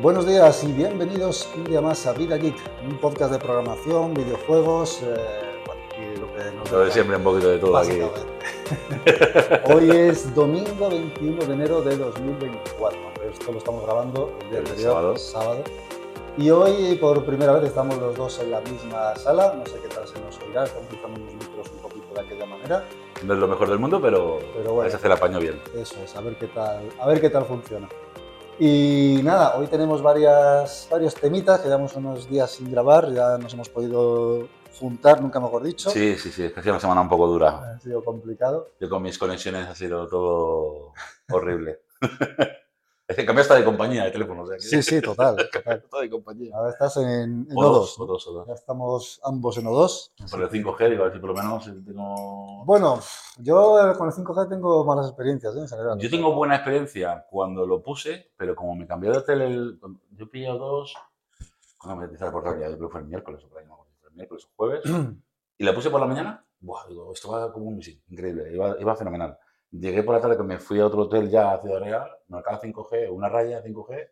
buenos días y bienvenidos un día más a Vida Geek, un podcast de programación, videojuegos eh, bueno, y lo que nos Lo de deja, siempre un poquito de todo aquí. básicamente. Hoy es domingo 21 de enero de 2024. Esto lo estamos grabando el día El anterior, sábado. sábado. Y hoy por primera vez estamos los dos en la misma sala. No sé qué tal se nos oirá, estamos utilizando unos micros un poquito de aquella manera. No es lo mejor del mundo, pero, Pero bueno. se hace el apaño bien. Eso es, a ver qué tal, a ver qué tal funciona. Y nada, hoy tenemos varias, varios temitas, quedamos unos días sin grabar, ya nos hemos podido juntar, nunca mejor dicho. Sí, sí, sí, es que ha sido una semana un poco dura. Ha sido complicado. Yo con mis conexiones ha sido todo horrible. es que cambiaste de compañía de teléfono. O sea, que- Sí, sí, total. total. Hasta de compañía. Ahora estás en, en O dos, o O2. dos, o dos. Ya estamos ambos en O2. Por el 5G, digo, a ver si por lo menos tengo... Bueno, yo con el 5G tengo malas experiencias ¿eh? en general. Yo tengo buena experiencia cuando lo puse, pero como me cambié de hotel, el- yo he pillado dos... ¿Cuándo me empezaba por ya? Yo creo que fue el miércoles, o por ahí, no me acuerdo, el miércoles o jueves. Y la puse por la mañana, ¡buah! Digo, esto va como un misil, increíble, iba, iba fenomenal. Llegué por la tarde que me fui a otro hotel ya a Ciudad Real, marcaba 5G, una raya 5G.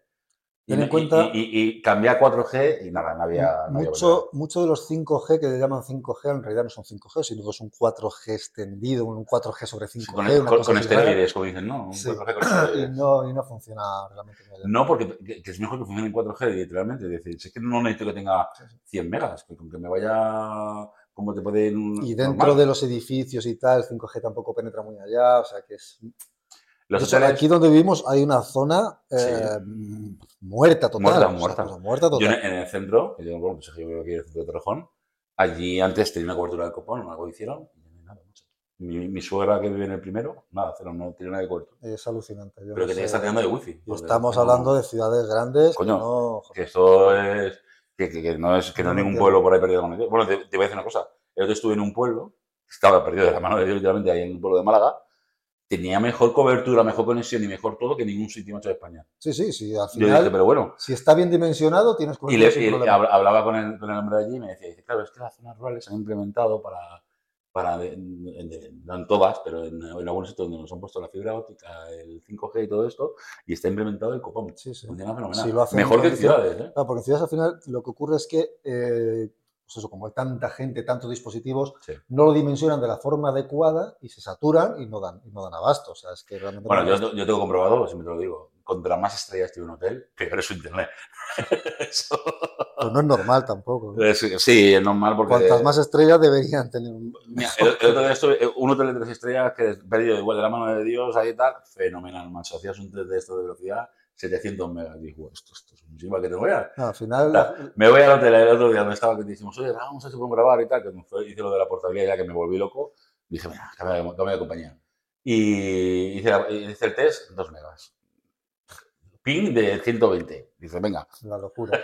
Y, Ten en me- y- cuenta- y, y- y cambié a 4G y nada, no había. no había Mucho, mucho de los 5G que le llaman 5G en realidad no son 5G, sino que es un 4G extendido, un 4G sobre 5G. con, una con, cosa con así este rara. esteroides, como dicen, ¿no? Un Sí. 4G con y esteroides. no, y no funciona realmente. bien. No, porque que- que es mejor que funcione en 4G, literalmente. Es decir, si es que no necesito que tenga 100 megas, que con que me vaya como te puede ir un- Y dentro normal. de los edificios y tal, 5G tampoco penetra muy allá, o sea que es... los De hecho, hoteles, aquí donde vivimos hay una zona eh, muerta total. Muerta, o sea, muerta. pero muerta Yo en total. el- en el centro, que yo, bueno, pues, yo vivo aquí en el centro de Torrejón, allí antes tenía una cobertura de copón, algo hicieron, y no hay nada, macho. Mi, mi suegra que vive en el primero, nada, cero, no tiene nada de cobertura. Es alucinante. yo Pero no que te sé. está tirando de wifi. Y porque Estamos no- hablando de ciudades grandes. Coño, que no- Que esto es. Que, que- que no es que no, No hay ningún entiendo. pueblo por ahí perdido con el Bueno, te, te voy a decir una cosa. El otro estuve en un pueblo, estaba perdido de la mano de Dios, literalmente, ahí en un pueblo de Málaga. Tenía mejor cobertura, mejor conexión y mejor todo que ningún sitio macho de España. Sí, sí, sí. Al Yo dije, final, pero bueno, si está bien dimensionado, tienes Y, cobertura le, sin y le- problema. hab- hablaba con el, con el hombre de allí y me decía, dice, claro, es que las zonas rurales se han implementado para, para de- en- en- no en todas, pero en, en algunos sitios donde nos han puesto la fibra óptica, el 5G y todo esto, y está implementado el copón. Sí, sí. Funciona fenomenal. Si lo hacen Mejor que en con- ciudades, ¿eh? Claro, porque en ciudades al final lo que ocurre es que, eh, pues eso, como hay tanta gente, tantos dispositivos, Sí. no lo dimensionan de la forma adecuada y se saturan y no dan, y no dan abasto. O sea, es que realmente. Bueno, no yo, dan yo tengo comprobado, pues siempre lo digo, contra más estrellas tiene un hotel, peor es su internet. Eso- abasto. Pero no es normal tampoco. ¿no? es- sí, es normal Eh, porque... Cuantas más estrellas deberían tener. un- Mira, el, el otro día estuve, eh, un hotel de tres estrellas que perdido igual de la mano de Dios, ahí y tal, fenomenal, macho. Hacías un test de esto de velocidad, 700 megas. Dijo, esto, esto es un chimba que te voy a. No, al final, Claro. Me voy al hotel el otro día donde estaba que dijimos, oye, Rafa, vamos a ver si podemos grabar y tal, que me fue- hice lo de la portabilidad ya que me volví loco. Dije, mira, cambia de, cambia de compañía. Y hice, la- hice el test, 2 megas. Ping de 120. Dice, venga. la locura.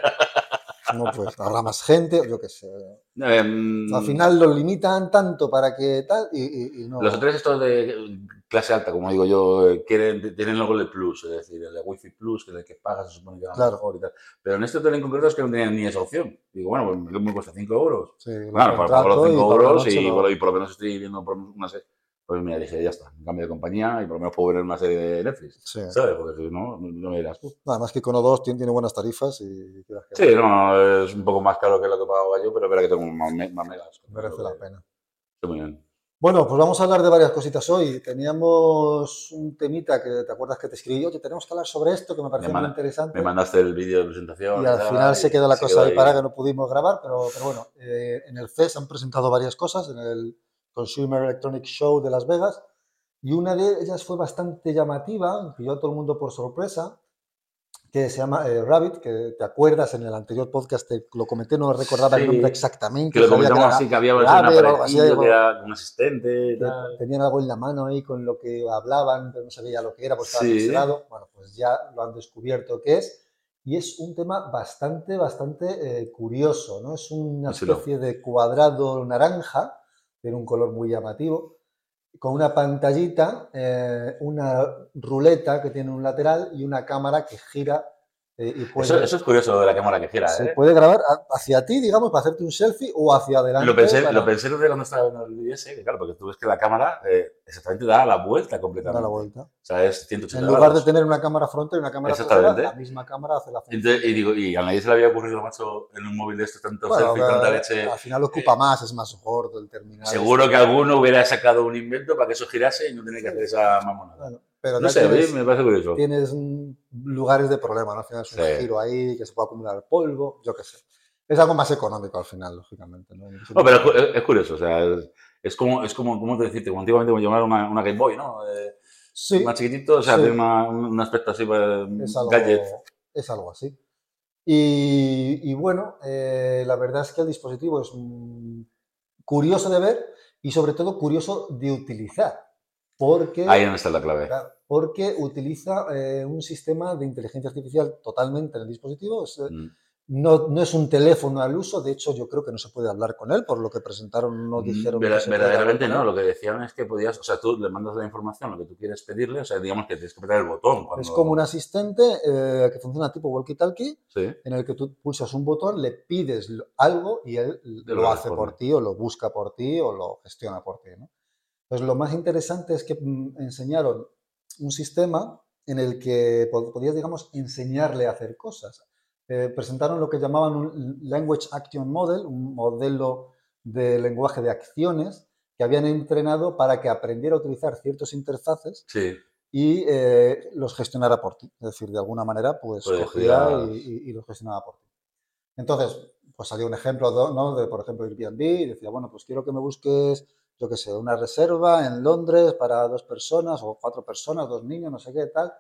No, pues habrá más gente, yo qué sé. Em, Al final lo limitan tanto para que tal y, y- y no. Los hoteles estos de clase alta, como digo yo, eh, quieren, tienen luego el plus, es decir, el de Wi-Fi Plus, que es el que pagas, se supone que va Claro. mejor y tal. Pero en este hotel en concreto es que no tenían ni esa opción. Digo, bueno, pues me- me cuesta 5 euros. Sí, lo Claro, por- pago los contrato y 5 por la euros noche y, lo- bueno, y por lo menos estoy viendo por lo menos una serie. Pues mira, dije, ya está, cambio de compañía y por lo menos puedo ver una serie de Netflix. Sí. ¿Sabes? Porque si no, no me dirás tú. Además que con O2 tiene, tiene buenas tarifas y quieras que Sí, no, es un poco más caro que lo que pagaba yo, pero verá que tengo más, me- más megas. merece la pena. Está muy bien. Bueno, pues vamos a hablar de varias cositas hoy. Teníamos un temita que te acuerdas que te escribí, oye, tenemos que hablar sobre esto que me pareció muy manda- interesante. Me mandaste el vídeo de presentación. Y al tal, final se y quedó la cosa ahí ahí. para que no pudimos grabar, pero, pero bueno, eh, en el CES han presentado varias cosas, en el Consumer Electronic Show de Las Vegas, y una de ellas fue bastante llamativa, pilló a todo el mundo por sorpresa, que se llama eh, Rabbit, que te acuerdas en el anterior podcast, te lo comenté, no recordaba el Sí, nombre exactamente. Que lo sabía comentamos era- así, que había grave o una algo así, pues, parecida, algo- que era un asistente y que tal. tenían algo en la mano ahí con lo que hablaban, pero no sabía lo que era, porque estaba Sí. pixelado. Bueno, pues ya lo han descubierto que es. Y es un tema bastante, bastante eh, curioso, ¿no? Es una Díselo. especie de cuadrado naranja, tiene un color muy llamativo, con una pantallita, eh, una ruleta que tiene un lateral y una cámara que gira eh, y puede, Eso, eso es curioso lo de la cámara que gira. se ¿eh? puede grabar a- hacia ti, digamos, para hacerte un selfie o hacia adelante. Lo pensé, para lo pensé desde cuando estaba viendo el vídeo ese, que claro, porque tú ves que la cámara eh, exactamente da la vuelta dar completamente. la vuelta. O sea, es 180 En lugar de grados. tener una cámara frontal y una cámara trasera, Exactamente. la misma cámara hace la función. Entonces, y digo, y a nadie se le había ocurrido, macho, en un móvil de estos, tanto Bueno, selfie, tanta al- leche. al final ocupa más, es más gordo el terminal. eh, Seguro que alguno hubiera sacado un invento para que eso girase y no tener que hacer esa mamonada. Bueno, pero No ya sé, a mí tienes, me parece curioso. tienes, mm, lugares de problema, ¿no? Al final es un Sí. giro ahí que se puede acumular polvo, yo qué sé. Es algo más económico al final, lógicamente. ¿no? No, pero es cu- es, es curioso, o sea, es, es como, es como, ¿cómo te decirte? Como antiguamente me llamaban una, una Game Boy, ¿no? Eh, sí, Más chiquitito, o sea, Sí. tiene una- un un aspecto así, pues, es algo, gadget. es algo así. Y, y bueno, eh, la verdad es que el dispositivo es mm, curioso de ver y sobre todo curioso de utilizar. Porque Ahí donde está la clave. Claro, porque utiliza eh, un sistema de inteligencia artificial totalmente en el dispositivo. es, eh, Mm. no, no es un teléfono al uso, de hecho yo creo que no se puede hablar con él, por lo que presentaron no dijeron. que Vera- se puede hablar Mm, verdaderamente con no, él. lo que decían es que podías, o sea, tú le mandas la información, lo que tú quieres pedirle, o sea, digamos que tienes que apretar el botón. Cuando, Es como un asistente eh, que funciona tipo walkie-talkie, Sí, en el que tú pulsas un botón, le pides lo- algo y él Te lo, lo hace responde. por ti o lo busca por ti o lo gestiona por ti. ¿no? Entonces, lo más interesante es que mm, enseñaron un sistema en el que po- podías, digamos, enseñarle a hacer cosas. Eh, presentaron lo que llamaban un Language Action Model, un modelo de lenguaje de acciones que habían entrenado para que aprendiera a utilizar ciertos interfaces sí. y eh, los gestionara por ti. Es decir, de alguna manera, pues Pues cogía ya- y, y- y los gestionaba por ti. Entonces, pues salió un ejemplo, do- ¿no? De, por ejemplo, Airbnb y decía, bueno, pues quiero que me busques, yo qué sé, una reserva en Londres para dos personas o cuatro personas, dos niños, no sé qué, tal,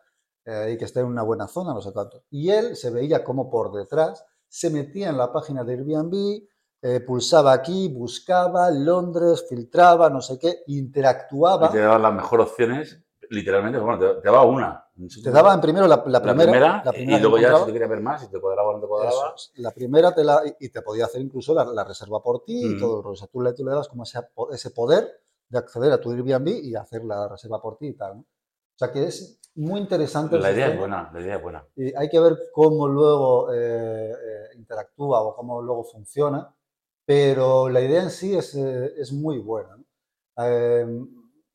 eh, y que esté en una buena zona, no sé cuánto. Y él se veía como por detrás se metía en la página de Airbnb, eh, pulsaba aquí, buscaba Londres, filtraba, no sé qué, interactuaba. Y te daban las mejores opciones, literalmente, bueno, te, te daba una. Te daban primero la, la la primera, primera, la primera y luego que ya si encontraba, tú querías ver más, si te cuadraba o no te cuadraba. eso es, la primera te la, y- y te podía hacer incluso la, la reserva por ti y Mm. todo el rollo. O sea, tú le, tú le dabas como ese, po- ese poder de acceder a tu Airbnb y hacer la reserva por ti y tal. ¿no? O sea que es muy interesante. el La idea es sistema buena, la idea es buena. y hay que ver cómo luego eh, eh, interactúa o cómo luego funciona, pero la idea en sí es, eh, es muy buena. ¿no? Eh,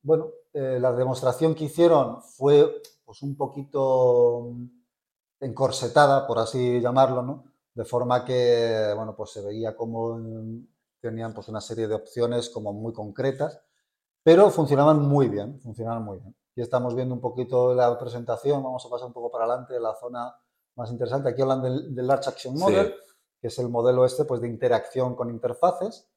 bueno, eh, la demostración que hicieron fue pues, un poquito encorsetada, por así llamarlo, ¿no? de forma que bueno, pues, se veía como tenían pues, una serie de opciones como muy concretas, pero funcionaban muy bien, funcionaban muy bien. Y estamos viendo un poquito la presentación, vamos a pasar un poco para adelante, la zona más interesante. Aquí hablan del, del Large Action Sí. Model, que es el modelo este pues, de interacción con interfaces.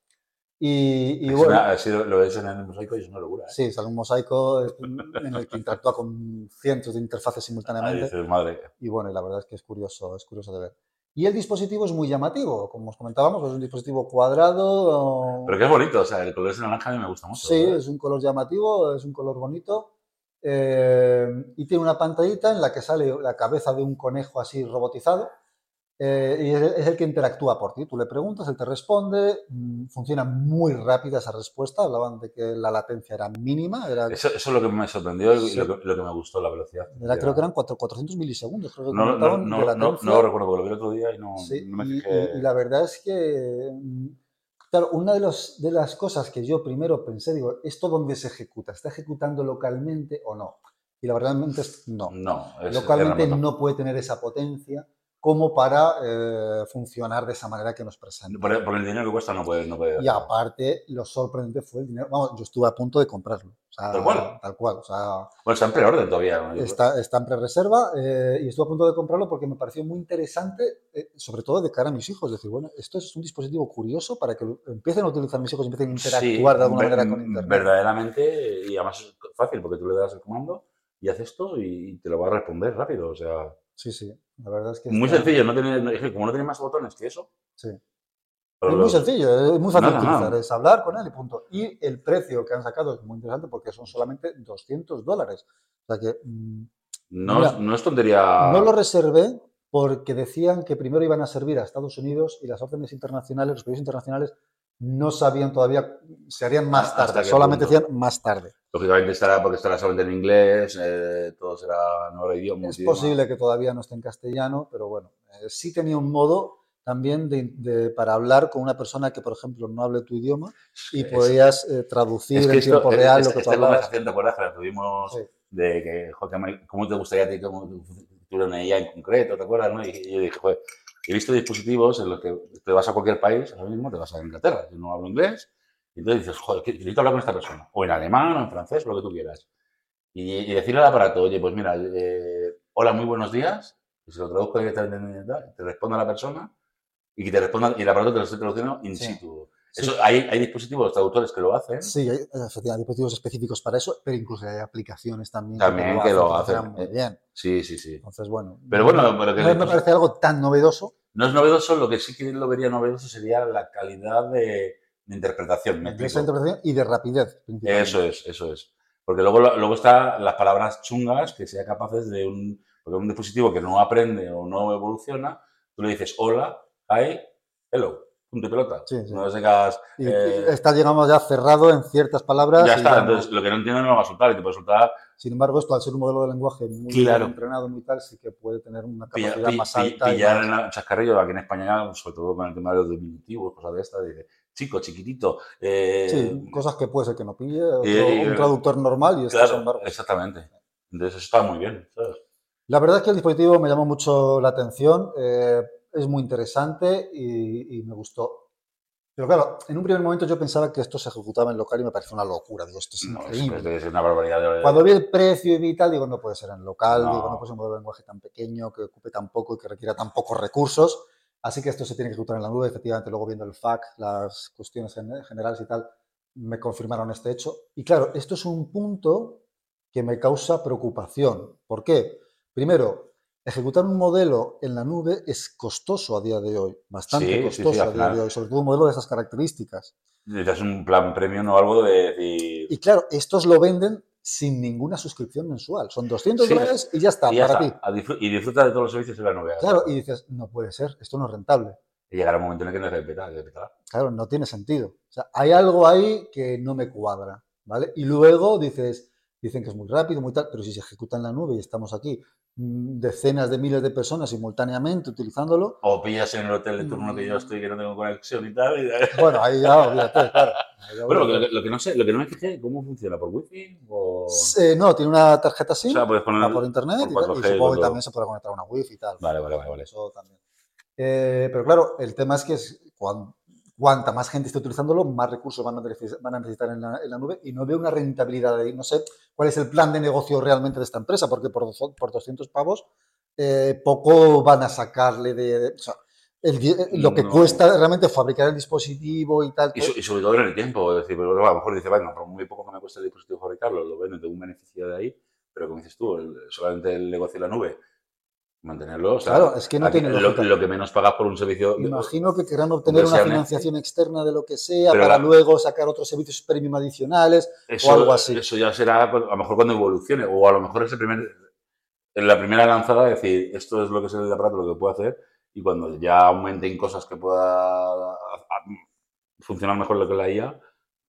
Y, y Es bueno, una- así lo, lo ves en el mosaico y es una locura. ¿eh? sí, sale un mosaico eh, en el que interactúa con cientos de interfaces Ahí simultáneamente. dices, madre, Y bueno, y la verdad es que es curioso, es curioso de ver. Y el dispositivo es muy llamativo, como os comentábamos, es un dispositivo cuadrado. Pero que es bonito, o sea, el color ese naranja a mí me gusta mucho. ¿eh? Sí, ¿verdad? es un color llamativo, es un color bonito. eh, y tiene una pantallita en la que sale la cabeza de un conejo así robotizado. eh, y es, el- es el que interactúa por ti. Tú le preguntas, él te responde. mm, Funciona muy rápida esa respuesta. Hablaban de que la latencia era mínima. Era, Eso, eso es lo que me sorprendió y Sí. lo, que, lo que me gustó, la velocidad. era- creo que eran cuatro- 400 milisegundos. Creo que No, no, no, comentaban no, de no, no latencia. lo recuerdo, porque lo vi el otro día y no, Sí, no me y, fijé. y- y la verdad es que, mm, claro, una de, los- de las cosas que yo primero pensé, digo, ¿esto dónde se ejecuta? ¿Está ejecutando localmente o no? Y la verdad es no. No, pues, es- localmente es remoto. no puede tener esa potencia como para eh, funcionar de esa manera que nos presenta. Por, el- por el dinero que cuesta no puede. No puede Y aparte, lo sorprendente fue el dinero. Vamos, yo estuve a punto de comprarlo. o sea, Tal cual. Tal cual. O sea, Bueno, está en preorden todavía. ¿no? está, está en pre-reserva eh, y estuve a punto de comprarlo porque me pareció muy interesante, eh, sobre todo de cara a mis hijos. decir, bueno, esto es un dispositivo curioso para que lo empiecen a utilizar mis hijos, empiecen a interactuar Sí, de alguna ver- manera con Internet. Verdaderamente, y además es fácil, porque tú le das el comando y haces esto y, y te lo va a responder rápido. O sea, Sí, sí, la verdad es que. muy está- sencillo. No tiene, no- es que como no tiene más botones que eso. Sí. pero Es lo- muy sencillo, es muy fácil Nada, utilizar, nada. es hablar con él y punto. Y el precio que han sacado es muy interesante porque son solamente 200 dólares. O sea que mm, No, Mira, es- no es tontería. No lo reservé porque decían que primero iban a servir a Estados Unidos y las órdenes internacionales, los pedidos internacionales no sabían todavía, se harían más Hasta tarde, qué solamente punto. decían más tarde. Lógicamente estará porque estará solamente en inglés, eh, todo será nuevo idioma. Es multidioma. posible que todavía no esté en castellano, pero bueno, eh, sí tenía un modo también de, de- para hablar con una persona que, por ejemplo, no hable tu idioma y Es- podías eh, traducir es que en esto- tiempo real es- lo que tú esta hablabas. conversación, ¿te acuerdas? Que la tuvimos Sí. de que, joder, Mike, ¿cómo te gustaría a ti como tu futura en ella en concreto? ¿Te acuerdas? no? Y yo dije, joder, he visto dispositivos en los que te vas a cualquier país, ahora mismo te vas a Inglaterra, yo no hablo inglés, y entonces dices, joder, que- necesito hablar con esta persona, o en alemán, o en francés, o lo que tú quieras. Y, y decirle al aparato, oye, pues mira, eh, hola, muy buenos días, y se lo traduzco directamente en internet, te responde a la persona, y que te responda, y el aparato te lo esté traduciendo in Sí. situ. Sí. Eso, hay, hay dispositivos traductores que lo hacen. Sí, hay, efectivamente, hay dispositivos específicos para eso, pero incluso hay aplicaciones también, También que lo hacen, funcionan eh. muy bien. Sí, sí, sí. Entonces, bueno. Pero no- bueno, pero que- no me parece algo tan novedoso. no es novedoso, lo que sí que lo vería novedoso sería la calidad de, de interpretación. ¿me de esa explico? interpretación y de rapidez. principalmente. Eso es, eso es. Porque luego, lo- luego están las palabras chungas que sea capaces de un, porque un dispositivo que no aprende o no evoluciona, tú le dices hola, hi, hello, punto y pelota. Sí, sí. No les digas, Y eh, está, digamos, ya cerrado en ciertas palabras. ya y está, Ah, no- entonces lo que no entiendes no lo va a soltar y te puede soltar Sin embargo, esto al ser un modelo de lenguaje muy Claro. bien entrenado, muy tal, sí que puede tener una Pilla- capacidad pi- más pi- alta. y pillar más- en el chascarrillo aquí en España, sobre todo con el tema de los diminutivos, cosas de estas, dice, chico, chiquitito. eh, sí, cosas que puede ser que no pille, otro- eh, un traductor normal y esto, sin claro, embargo. exactamente. Entonces eso está muy bien. ¿sabes? La verdad es que el dispositivo me llamó mucho la atención, eh, es muy interesante y, y me gustó. Pero claro, en un primer momento yo pensaba que esto se ejecutaba en local y me pareció una locura. Digo, esto es No, es, increíble. es una barbaridad. de- Cuando vi el precio y vi tal, digo, no puede ser en local, Pues, No. digo, no puede ser un modelo de lenguaje tan pequeño, que ocupe tan poco y que requiera tan pocos recursos. Así que esto se tiene que ejecutar en la nube. Efectivamente, luego viendo el FAC, las cuestiones gen- generales y tal, me confirmaron este hecho. Y claro, esto es un punto que me causa preocupación. ¿Por qué? Primero, ejecutar un modelo en la nube es costoso a día de hoy, bastante Sí, sí, sí, costoso al a día de final. hoy, sobre todo un modelo de esas características. Necesitas un plan premium o algo de decir. Y claro, estos lo venden sin ninguna suscripción mensual. Son 200 Sí, dólares y ya está, y ya para está, ti. a disfr- y disfruta de todos los servicios de la nube. Claro, y dices, no puede ser, esto no es rentable. Y llegará un momento en el que no es repetirá, repetirá. Claro, no tiene sentido. O sea, hay algo ahí que no me cuadra, ¿vale? Y luego dices, dicen que es muy rápido, muy tal, pero si se ejecuta en la nube y estamos aquí mm, decenas de miles de personas simultáneamente utilizándolo, O pillas en el hotel de turno que Mm. yo estoy que no tengo conexión y tal. y- bueno, ahí ya olvídate, claro. Ahí ya Bueno, lo olvídate. que, lo que no sé, lo que no me fijé, ¿cómo funciona? ¿Por wifi? O... Eh, no, tiene una tarjeta SIM, O sea, puedes poner va Ah, por internet Ah, por y, tal, y 4G y supongo que todo. también se puede conectar a una wifi y tal. Vale, vale, vale, vale. Eso también. Eh, pero claro, el tema es que es cuan- cuanta más gente esté utilizándolo, más recursos van a necesitar, van a necesitar en, la, en la nube y no veo una rentabilidad ahí. No sé cuál es el plan de negocio realmente de esta empresa, porque por, dozo- por 200 pavos eh, poco van a sacarle de... de- o sea, el di- eh, lo que No. cuesta realmente fabricar el dispositivo y tal. Y, todo. so- y sobre todo en el tiempo, es decir, pero a lo mejor dice, bueno, por muy poco que me cuesta el dispositivo fabricarlo, lo vendo, tengo un beneficio de ahí, pero como dices tú, el- solamente el negocio de la nube, mantenerlo, o sea, Claro, es que no aquí tiene lo, lógica. lo que menos pagas por un servicio, de- Imagino que querrán obtener una Hombre, sea Netflix. financiación externa de lo que sea Pero para la- luego sacar otros servicios premium adicionales. eso, algo así. eso ya será cu- a lo mejor cuando evolucione, o a lo mejor es el primer, en la primera lanzada, es decir, esto es lo que es el aparato, lo que puede hacer, y cuando ya aumenten cosas que pueda a- a- funcionar mejor lo que la IA,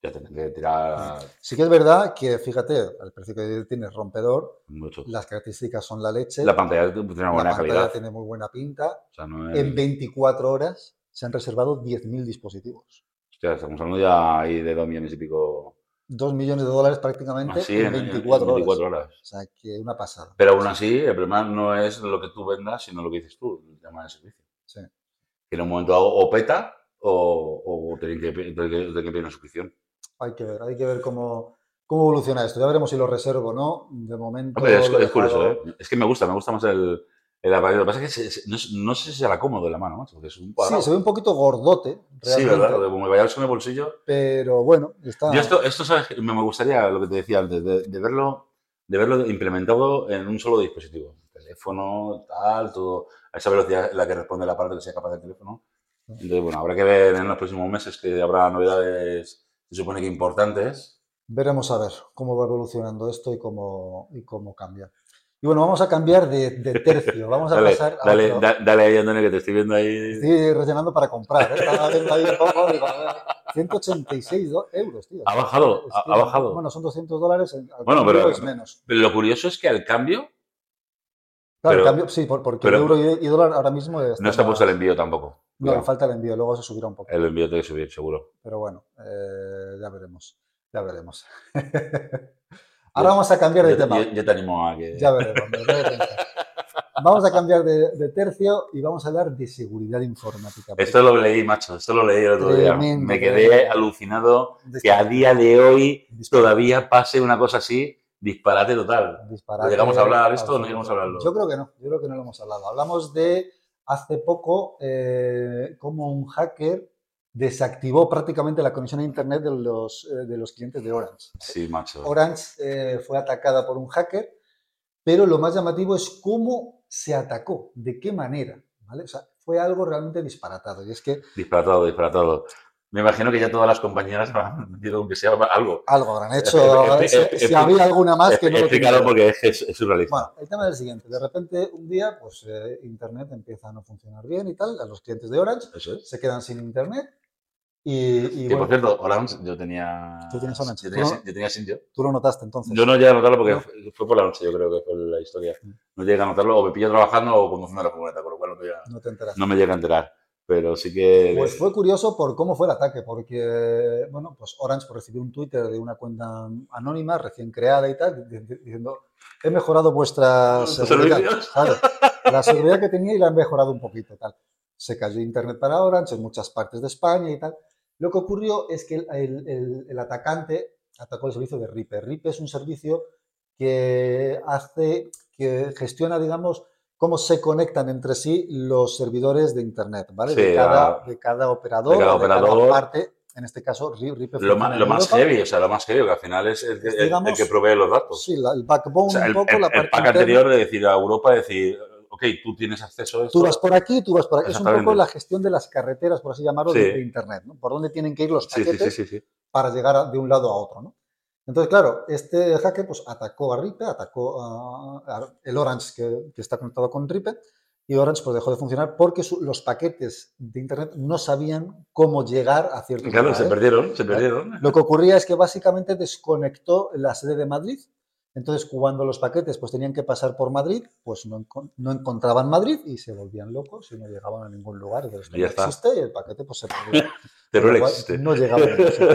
ya tendrán que tirar Sí que es verdad que, fíjate, al precio que tiene es rompedor, mucho. las características son la leche, La pantalla tiene una la buena pantalla calidad. tiene muy buena pinta. O sea, no En es- 24 horas se han reservado 10.000 dispositivos. hostia, estamos hablando ya ahí de dos millones y pico. Dos millones de dólares prácticamente Así, en, Ah, en- en- 24 en horas. 24 horas. O sea, que una pasada. Pero aún así, el problema no es lo que tú vendas, sino lo que dices tú, el tema del servicio. Sí. Que en un momento dado o peta o, o tienen que, pe- tienen que- tienen que pedir una suscripción. Hay que ver, hay que ver cómo, cómo evoluciona esto. Ya veremos si lo reservo o no. De momento. Hombre, es, lo he es curioso, dejado- ¿eh? Es que me gusta, me gusta más el, el aparato. Lo que pasa es que se- se- no, es- no sé si será cómodo en la mano, macho, porque es un cuadrado. Sí, se ve un poquito gordote, Sí, realmente, verdad, porque como me vaya el sol en el bolsillo. pero bueno, está. Yo esto, esto ¿sabes qué? me me gustaría lo que te decía antes, de, de verlo, de verlo implementado en un solo dispositivo. Teléfono, tal, todo, a esa velocidad en la que responde el aparato que sea capaz de teléfono. Ah. Entonces, bueno, habrá que ver en los próximos meses que habrá novedades, se supone que importantes. Veremos a ver cómo va evolucionando esto y cómo, y cómo cambia. Y bueno, vamos a cambiar de, de tercio. Vamos a Dale, pasar a dale, otro. da- dale ahí, Antonio, que te estoy viendo ahí. Estoy rellenando para comprar. ¿eh? Estaba viendo ahí un poco, digo, a ver, 186 do- euros, tío. Ha bajado, Es ha- que, ha bajado. Bueno, son 200 dólares. en- al Bueno, cambio pero- es menos. Pero lo curioso es que al cambio Claro, pero- el cambio, sí, por- porque pero- el euro y- y dólar ahora mismo. no está puesto el envío tampoco. No, Cuidado. falta el envío, luego se subirá un poco. El envío tiene que subir, seguro. Pero bueno, eh, ya veremos. Ya veremos. Ahora vamos a cambiar de Yo, tema. yo- yo te animo a que... Ya veremos. me lo tengo que pensar. Vamos a cambiar de, de tercio y vamos a hablar de seguridad informática. porque Esto lo leí, macho. Esto lo leí el otro día. Tremendo, Me quedé tremendo. alucinado de- que a día de hoy disparate- todavía pase una cosa así. Disparate total. disparate llegamos a hablar esto o no absoluto. llegamos a hablarlo? Yo creo que no, yo creo que no lo hemos hablado. Hablamos de hace poco eh, cómo un hacker desactivó prácticamente la conexión a internet de los, eh, de los clientes de Orange. Sí, macho. Orange eh, fue atacada por un hacker, pero lo más llamativo es cómo se atacó, de qué manera. ¿vale? O sea, fue algo realmente disparatado. Y es que Disparatado, disparatado. Me imagino que ya todas las compañeras me han metido aunque sea algo. algo habrán hecho. Expli- expli- si- si expli- había alguna más Ah, que no lo Explícalo tuviera. porque es, es, es surrealista. Bueno, el tema es el siguiente. De repente, un día, pues eh, Internet empieza a no funcionar bien y tal. A los clientes de Orange Eso es. se quedan sin Internet. Y, y Y bueno, por cierto, Orange, yo tenía. Tú tienes Orange, Yo tenía, ¿no? Sin- yo tenía Sindio. tú lo notaste entonces. Yo no llegué a anotarlo porque No. fue- fue por la noche, yo creo que fue la historia. No llegué a anotarlo, o me pillo trabajando o conduciendo la furgoneta, con lo cual no, llega- No te enteraste. no me llega a enterar. Pero sí que. Pues fue curioso por cómo fue el ataque, porque, bueno, pues Orange recibió un Twitter de una cuenta anónima recién creada y tal, di- di- diciendo, he mejorado vuestra Nuestros seguridad. servicios. Claro, la seguridad que tenía y la han mejorado un poquito, tal. Se cayó Internet para Orange en muchas partes de España y tal. Lo que ocurrió es que el, el- el- el atacante atacó el servicio de Ripe. Ripe es un servicio que hace, que gestiona, digamos, cómo se conectan entre sí los servidores de Internet, ¿vale? Sí, de, cada, ah, de cada operador, de de cada cada, operador. parte. En este caso, Ri- Ripe Lo, funciona más, en lo más Europa. heavy, o sea, lo más heavy, que al final es el que, el- el Digamos- que provee los datos. Sí, la- el backbone O sea, un el, poco, el- la el parte pack interna. anterior de decir a Europa, decir, ok, tú tienes acceso a esto. Tú vas por aquí, tú vas por aquí. Es un poco Exactamente. la gestión de las carreteras, por así llamarlo, Sí. de, de Internet. ¿no? Por dónde tienen que ir los sí, sí, paquetes sí, sí, sí. para llegar a- de un lado a otro. ¿no? Entonces, claro, este hacker pues, atacó a Ripe, atacó a, a el Orange que, que está conectado con Ripe, y Orange pues, dejó de funcionar porque su- los paquetes de Internet no sabían cómo llegar a ciertos Claro, se lugares. perdieron, se perdieron. Lo que ocurría es que básicamente desconectó la sede de Madrid. Entonces, cuando los paquetes pues, tenían que pasar por Madrid, pues no, encon- no encontraban Madrid y se volvían locos y no llegaban a ningún lugar. Entonces, Y ya no está. existe y el paquete pues, se perdía. Terror Lo cual, existe. No llegaba a ningún sitio.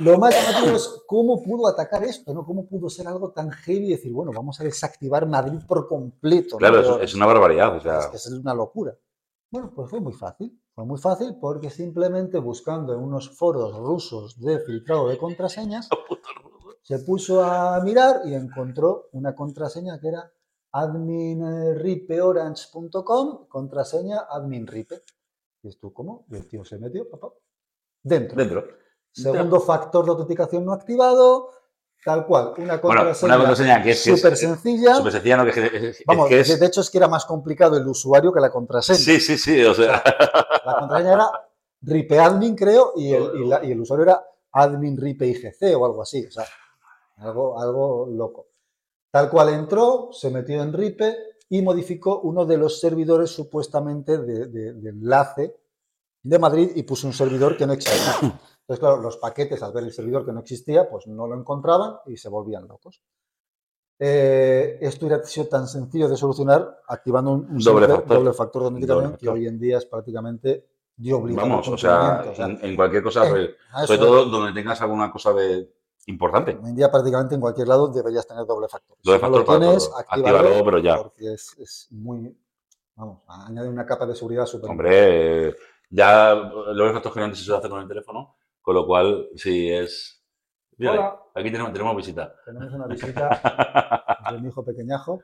Lo más llamativo es cómo pudo atacar esto, ¿no? Cómo pudo ser algo tan heavy y decir, bueno, vamos a desactivar Madrid por completo. ¿no? Claro, Pero- es, es una barbaridad. O sea, es que es una locura. Bueno, pues fue muy fácil. Fue muy fácil porque simplemente buscando en unos foros rusos de filtrado de contraseñas, se puso a mirar y encontró una contraseña que era adminripeorange.com, contraseña adminripe. Y tú, ¿cómo? Y el tío se metió, papá, dentro. dentro. Segundo factor de autenticación no activado, tal cual. Una Bueno, contraseña una contraseña que es que es- súper sencilla. Súper sencilla, ¿no? Que es- es- es Vamos, que es- de- de hecho es que era más complicado el usuario que la contraseña. Sí, sí, sí. O sea, La contraseña era ripeadmin, creo, y el, y la- y el usuario era admin ripeigc o algo así. O sea, algo, algo loco. Tal cual entró, se metió en ripe y modificó uno de los servidores supuestamente de, de- de enlace de Madrid y puso un servidor que no existía. Entonces, claro, los paquetes al ver el servidor que no existía, pues no lo encontraban y se volvían locos. Eh, esto hubiera sido tan sencillo de solucionar activando un, un Doble simple factor. doble factor de autenticación Doble que factor. hoy en día es prácticamente de obligado. vamos, o sea, cumplimiento, o sea, en, en cualquier cosa, pues, sobre, a sobre eso- todo donde tengas alguna cosa de importante. Hoy en día prácticamente en cualquier lado deberías tener doble factor. Doble Si no factor lo para tienes, todo. actívalo, Actívalo, pero ya. Porque es, es muy... Vamos, añade una capa de seguridad súper... Hombre, eh, ya los efectos generantes se suele hacer con el teléfono, con lo cual, sí, es. Mira, Hola. aquí tenemos, tenemos visita. Tenemos una visita de mi hijo pequeñajo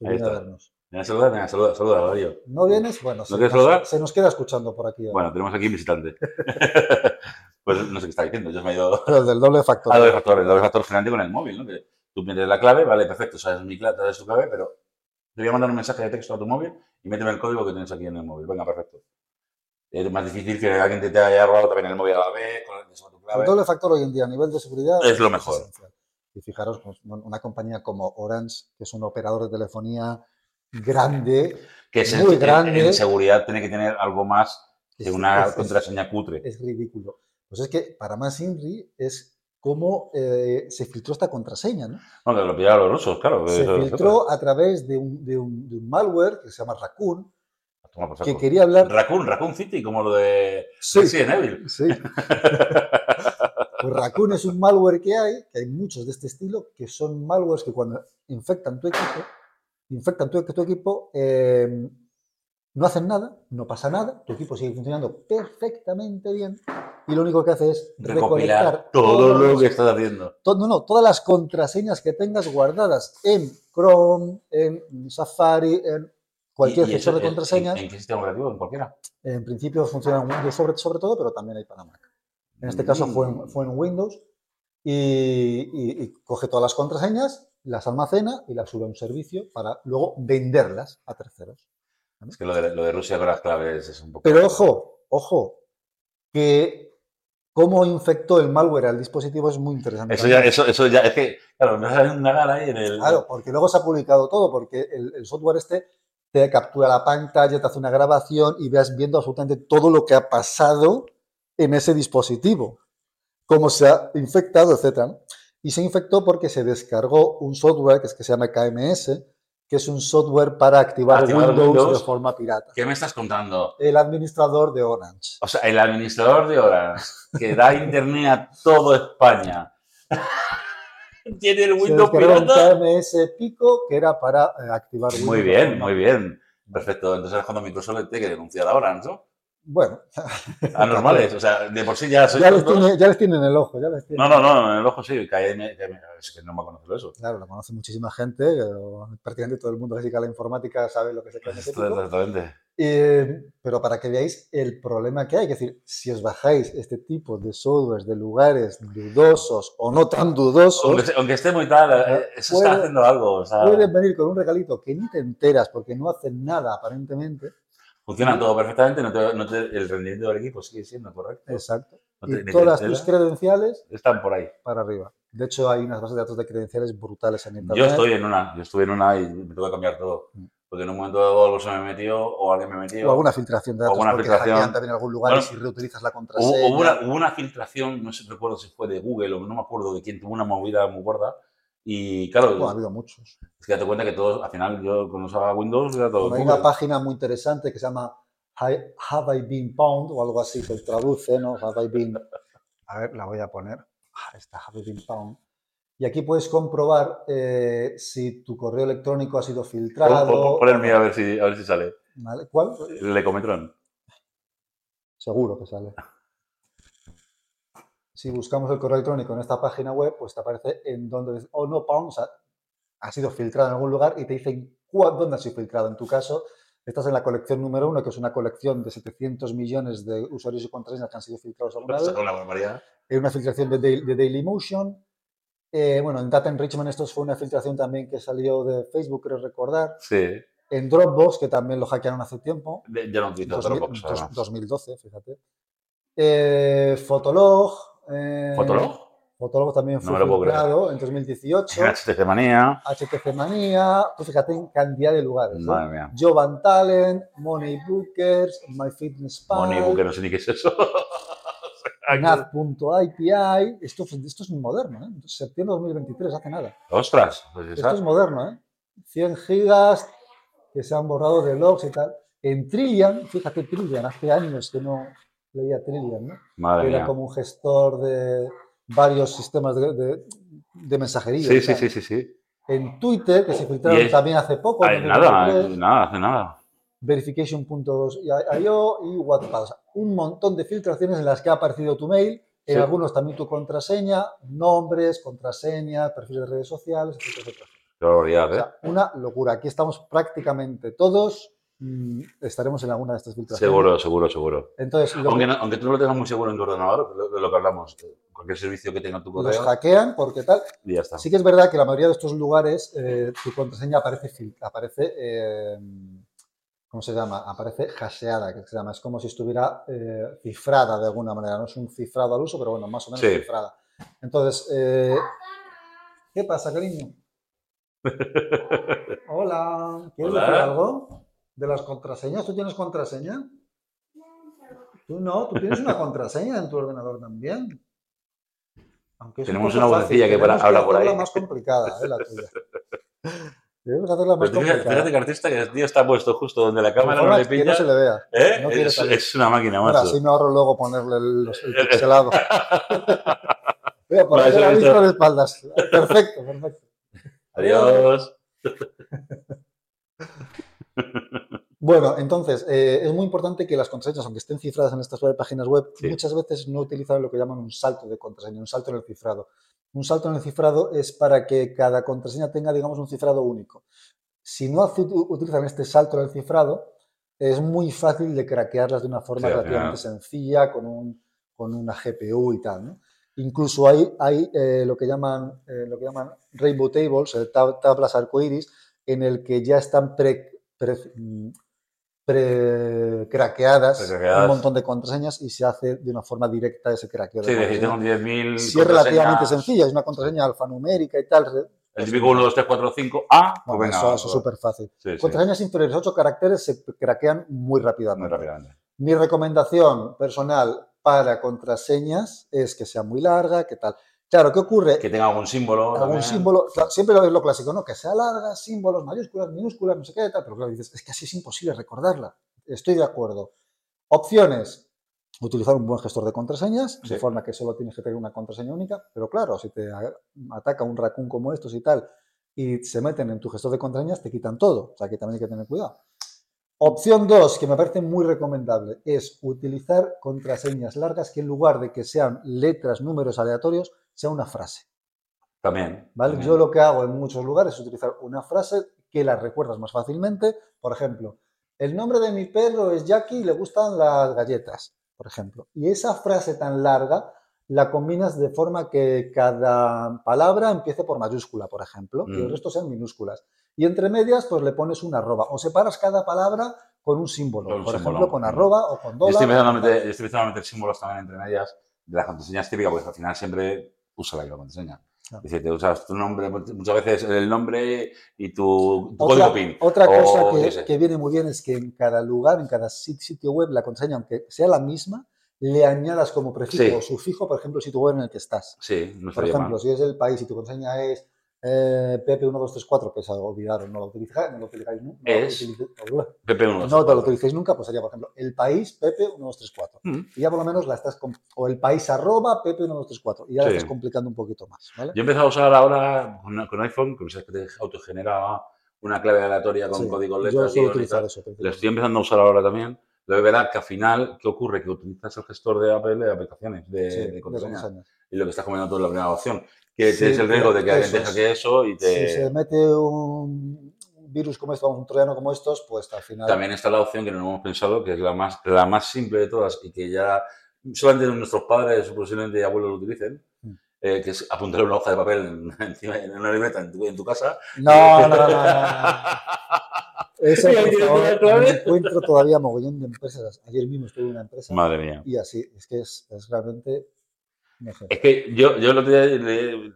que Ahí viene a está. vernos. Venga, saluda, venga, saluda, saluda, Darío. ¿No vienes? Bueno, se, quieres saludar? nos, se nos queda escuchando por aquí. ahora. Bueno, tenemos aquí un visitante. pues no sé qué está diciendo, yo me he ido. Pero el del doble factor. Ah, doble factor, el doble factor generante con el móvil, ¿no? Que tú metes la clave, vale, perfecto, sabes mi clave, sabes tu clave, pero te voy a mandar un mensaje de texto a tu móvil y méteme el código que tienes aquí en el móvil. Venga, perfecto. Es más difícil que alguien te haya robado también el móvil a la vez, con el que suma tu El clave. doble factor hoy en día a nivel de seguridad Es lo mejor. esencial. Y fijaros, pues, un- una compañía como Orange, que es un operador de telefonía grande, que es muy en, grande. en seguridad tiene que tener algo más de Es- una es- es- contraseña cutre. Es ridículo. Pues es que para más Inri es cómo eh, se filtró esta contraseña, ¿no? Bueno, que lo pillaron los rusos, claro. Se eso es filtró a través de un, de un- de un malware que se llama Raccoon, otra. Toma por que saco. quería hablar... Raccoon, Raccoon City, como lo de Sí, Resident Evil. sí. Pues Raccoon es un malware que hay, que hay muchos de este estilo, que son malwares que cuando infectan tu equipo, infectan tu, tu equipo, eh, no hacen nada, no pasa nada, tu equipo sigue funcionando perfectamente bien y lo único que hace es Recopilar recolectar todo todos lo que estás haciendo. to- no, no, todas las contraseñas que tengas guardadas en Chrome, en Safari, en cualquier Y- y gestor eso de en- contraseñas, ¿En, en, en qué sistema operativo? ¿En cualquiera? principio funciona en Windows sobre, sobre todo, pero también hay para Mac. En este caso fue en, Mm. fue en Windows y, y- y coge todas las contraseñas, las almacena y las sube a un servicio para luego venderlas a terceros. Es que lo de, lo de Rusia con las claves es un poco. Pero ojo, ojo, que cómo infectó el malware al dispositivo es muy interesante. Eso ya, también. eso, eso ya, es que, claro, no saben nagar ahí en el. Claro, porque luego se ha publicado todo, porque el, el software este te captura la pantalla, te hace una grabación y vas viendo absolutamente todo lo que ha pasado en ese dispositivo, cómo se ha infectado, etc. Y se infectó porque se descargó un software que, es, que se llama KMS, que es un software para activar, Activar Windows, Windows. de forma pirata. ¿Qué me estás contando? El administrador de Orange. O sea, el administrador de horas que da internet a todo España. Tiene el Se Windows descargó un pirata. KMS Pico que era para eh, activar Windows. Muy de bien, forma- muy bien. Perfecto. Entonces es cuando Microsoft le tiene que denunciar ahora, ¿no? Bueno, Anormales. O sea, de por sí ya soy. ya les, tiene- ya les tienen el ojo, ya les tienen. Pues No, no, no, en el ojo sí. que ahí me- que me- es que no me conozco eso. Claro, lo conoce muchísima gente, pero prácticamente todo el mundo que se dedica a la informática sabe lo que es el cambio estético. Exactamente. Eh, pero para que veáis el problema que hay, es decir, si os bajáis este tipo de softwares de lugares dudosos o no tan Aunque, dudosos, aunque esté muy tal, eh, eso está Ah, Puede- haciendo algo. O sea, pueden venir con un regalito que ni te enteras porque no hacen nada aparentemente. funciona todo perfectamente. No te- no te- el rendimiento del equipo sigue siendo correcto. Exacto. No te- Pues, Y ni te todas enteras. tus credenciales están por ahí. para arriba. De hecho, hay unas bases de datos de credenciales brutales en internet. Yo estoy en una, yo estuve en una y me tuve que cambiar todo. Mm. Porque en un momento dado algo se me metió o alguien me metió. O alguna filtración de datos alguna porque filtración. hackean también en algún lugar Bueno, y si reutilizas la contraseña. Hubo, hubo una, hubo una filtración, no sé, recuerdo si fue de Google o no me acuerdo de quién, tuvo una movida muy gorda. Y claro, Bueno, ha habido muchos. es que date cuenta que todos, al final, yo cuando usaba Windows era todo Bueno, hay Google. una página muy interesante que se llama Hi- Have I Been Pwned o algo así que traduce, ¿no? Have I Been. A ver, la voy a poner. Ah, está Have I Been Pwned. Y aquí puedes comprobar eh, si tu correo electrónico ha sido Pon- filtrado. pon- pon- pon el mío a ver si, a ver si sale. ¿Vale? ¿Cuál? Le cometron. Seguro que sale. Si buscamos el correo electrónico en esta página web, pues te aparece en donde dice, oh no, Pwn, o sea, ha sido filtrado en algún lugar y te dicen cua- dónde ha sido filtrado. En tu caso, estás en la colección número uno, que es una colección de 700 millones de usuarios y contraseñas que han sido filtrados alguna vez. Sacó una barbaridad. Es una filtración de, Daily- de Dailymotion. Eh, bueno, en Data Enrichment esto fue una filtración también que salió de Facebook, creo recordar. Sí. En Dropbox, que también lo hackearon hace tiempo. De- ya no utilizo 2000 Dropbox. dos- además. 2012, fíjate. Eh, Fotolog. eh, ¿Fotolog? Fotolog también fue me lo puedo creer. filtrado en 2018. HTC Manía. HTC Manía. Tú fíjate en cantidad de lugares. ¿no? Madre mía. Jovan Talent, Money Bookers, MyFitnessPal, Moneybook, que no sé ni qué es eso. Nav.ipi. Esto, esto es muy moderno, ¿eh? Septiembre de 2023, hace nada. Ostras. pues esa- Esto es moderno, ¿eh? 100 gigas que se han borrado de logs y tal. En Trillian, fíjate, Trillian, hace años que no leía Trillian, ¿no? Madre era mía. como un gestor de varios sistemas de, de- de mensajería. Sí, y sí, tal. sí, sí, sí. En Twitter, que se filtraron es- también hace poco, Ay, en nada, 2023, eh, nada, hace nada. verification.io y WhatsApp. O sea, un montón de filtraciones en las que ha aparecido tu mail, en Sí. algunos también tu contraseña, nombres, contraseñas, perfiles de redes sociales, etcétera, etcétera. Qué barbaridad, O ¿eh? sea, una locura. Aquí estamos prácticamente todos, mm, estaremos en alguna de estas filtraciones. Seguro, seguro, seguro. Entonces, lo- Aunque, no- aunque tú no lo tengas muy seguro en tu ordenador, lo, lo que hablamos, eh, cualquier servicio que tenga tu los correo, hackean porque tal. y ya está. Sí que es verdad que la mayoría de estos lugares eh, tu contraseña aparece, fil- aparece eh, ¿cómo se llama? Aparece hasheada, que se llama. Es como si estuviera eh, cifrada de alguna manera. No es un cifrado al uso, pero bueno, más o menos Sí. cifrada. Entonces, eh, ¿qué pasa, cariño? Hola, ¿quieres Hola. decir algo de las contraseñas? ¿Tú tienes contraseña? Tú no, tú tienes una contraseña en tu ordenador también. Aunque es Tenemos poco una fácil, vocecilla que tenemos para- habla por hacerla ahí. más complicada, eh, la tuya. Debemos hacerla más Pero tú fíjate, complicada. fíjate que artista que el tío está puesto justo donde la cámara Informa no le que pilla. no se le vea. ¿eh? no quiere es, salir. es una máquina, Ahora, macho. así me ahorro luego ponerle el, los- el pixelado. Mira, por Para eso eso la he visto visto. de espaldas. Perfecto, perfecto. Adiós. Bueno, entonces, eh, es muy importante que las contraseñas, aunque estén cifradas en estas web- páginas web, Sí. muchas veces no utilizan lo que llaman un salto de contraseña, un salto en el cifrado. Un salto en el cifrado es para que cada contraseña tenga, digamos, un cifrado único. Si no hace- utilizan este salto en el cifrado, es muy fácil de craquearlas de una forma Sí, al relativamente sencilla, con, un- con una GPU y tal. ¿no? Incluso hay, hay eh, lo, que llaman, eh, lo que llaman Rainbow Tables, eh, tab- tablas arcoiris, en el que ya están pre, pre- mm, pre- craqueadas Precraqueadas. un montón de contraseñas y se hace de una forma directa ese craqueo. de Sí, decir, contraseña. tengo 10.000. si es relativamente contraseñas, sencilla, es una contraseña alfanumérica y tal. re- El típico 1, 2, 3, 4, 5, A. pues bueno, venga, eso, va, eso es va. súper fácil. Sí, sí, Contraseñas inferiores a 8 caracteres se craquean muy muy rápidamente. rápidamente. Mi recomendación personal para contraseñas es que sea muy larga, que tal. Claro, ¿qué ocurre? Que tenga algún símbolo. algún también. símbolo, cla- siempre lo es lo clásico, ¿no? Que sea larga, símbolos, mayúsculas, minúsculas, no sé qué, tal, pero claro, dices, es que así es imposible recordarla. Estoy de acuerdo. Opciones. Utilizar un buen gestor de contraseñas, de Sí. forma que solo tienes que tener una contraseña única, pero claro, si te a- ataca un raccoon como estos y tal, y se meten en tu gestor de contraseñas, te quitan todo. O sea que también hay que tener cuidado. Opción 2, que me parece muy recomendable, es utilizar contraseñas largas que en lugar de que sean letras, números aleatorios, sea una frase. También. ¿vale? también. Yo lo que hago en muchos lugares es utilizar una frase que la recuerdas más fácilmente. Por ejemplo, el nombre de mi perro es Jackie y le gustan las galletas, por ejemplo. Y esa frase tan larga la combinas de forma que cada palabra empiece por mayúscula, por ejemplo, y el Mm. resto sean minúsculas. Y entre medias, pues le pones una arroba. O separas cada palabra con un símbolo. Con un por símbolo, ejemplo, con mm. arroba o con Yo dólar. estoy, empezando a o con meter, yo estoy empezando a meter símbolos también entre medias de las contraseñas típicas, porque al final siempre usa la misma contraseña. Claro. Es decir, te usas tu nombre, muchas veces el nombre y tu, tu Otra, código PIN. Oh, otra o cosa yo qué que, sé. que viene muy bien es que en cada lugar, en cada sit- sitio web, la contraseña, aunque sea la misma, le añadas como prefijo Sí. o sufijo, por ejemplo, el sitio web en el que estás. Sí, no Por estaría ejemplo, mal. si es el país y tu contraseña es eh, PP1234, que se ha olvidado, no lo utilizáis, no lo utilizáis nunca. no lo Es- utilizáis- PP1. No lo utilizáis nunca, pues sería, por ejemplo, el país PP1234. Mm. Y ya por lo menos la estás, com- o el país arroba PP1234, y ya Sí. la estás complicando un poquito más, ¿vale? Yo he empezado a usar ahora con, con iPhone, que me sabes que te autogenera una clave aleatoria con Sí, códigos Yo letras. suelo guiones, utilizar tal. eso. Lo estoy empezando a usar ahora también. Lo de verdad que al final, ¿qué ocurre? Que utilizas el gestor de Apple de aplicaciones, de, sí, de de contraseñas. contraseña. Y lo que estás comentando tú en la primera opción. Que Sí, tienes el riesgo de que pero alguien eso deja es. que eso y te... Si se mete un virus como esto, un troyano como estos, pues al final. También está la opción que no hemos pensado, que es la más, la más simple de todas y que ya solamente nuestros padres, posiblemente y abuelos lo utilicen, Mm. eh, que es apuntar una hoja de papel en, encima- en una libreta en tu, en tu casa. No, no, no, no, no, no. Eso, Mira, por mira, favor, mira, otra me vez. encuentro todavía mogollón de empresas. Ayer mismo estuve en una empresa Madre mía. y así, es que es, es realmente mejor. Es que yo, yo lo tenía. le-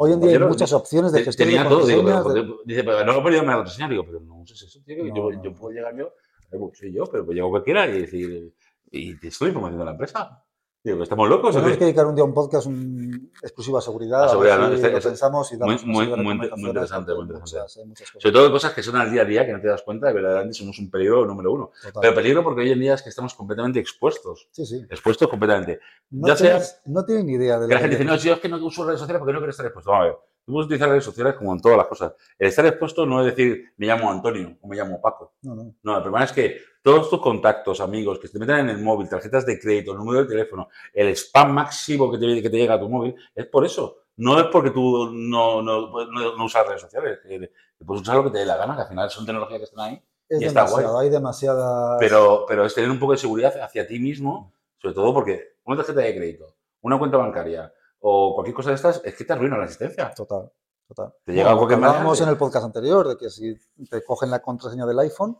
Hoy en día hay yo lo- muchas opciones de te- gestión Tenía de todo, digo, pero, contraseñas, de- joder, dice, pero no lo he perdido en la contraseña. Digo, pero no uses eso, tío. que No, yo, no, yo no. puedo llegar yo, eh, pues, soy yo, pero pues llego cualquiera y decir, y te estoy información de la empresa. Digo, estamos locos. o Tenemos qué? que dedicar un día a un podcast un, exclusivo a seguridad, A a ver seguridad, ¿no? si Este- lo este- pensamos y damos una muy- serie de muy inter- muy recomendaciones, interesante, porque muy hay interesante. muchas- hay muchas cosas. Sobre todo cosas que son al día a día que no te das cuenta, de verdaderamente somos un peligro número uno. Total. Pero peligro porque hoy en día es que estamos completamente expuestos. Sí, sí. Expuestos completamente. No, Ya sea- tienes- no tienen ni idea de lo Que la gente que- dice, no, yo es que no uso redes sociales porque no quiero estar expuesto. Vamos a ver, tú puedes utilizar redes sociales como en todas las cosas. El estar expuesto no es decir, me llamo Antonio o me llamo Paco. No, no. No, el problema es que todos tus contactos, amigos, que te metan en el móvil, tarjetas de crédito, el número de teléfono, el spam máximo que te, que te llega a tu móvil, es por eso. No es porque tú no, no, no- no usas redes sociales. eh, Puedes usar lo que te dé la gana, que al final son tecnologías que están ahí. Es Y está guay. demasiado, hay demasiadas. Pero, pero es tener un poco de seguridad hacia ti mismo, sobre todo porque una tarjeta de crédito, una cuenta bancaria o cualquier cosa de estas, es que te arruina la existencia. Total, total. Te llega Bueno, cualquier lo que hablábamos mensaje. en el podcast anterior de que si te cogen la contraseña del iPhone,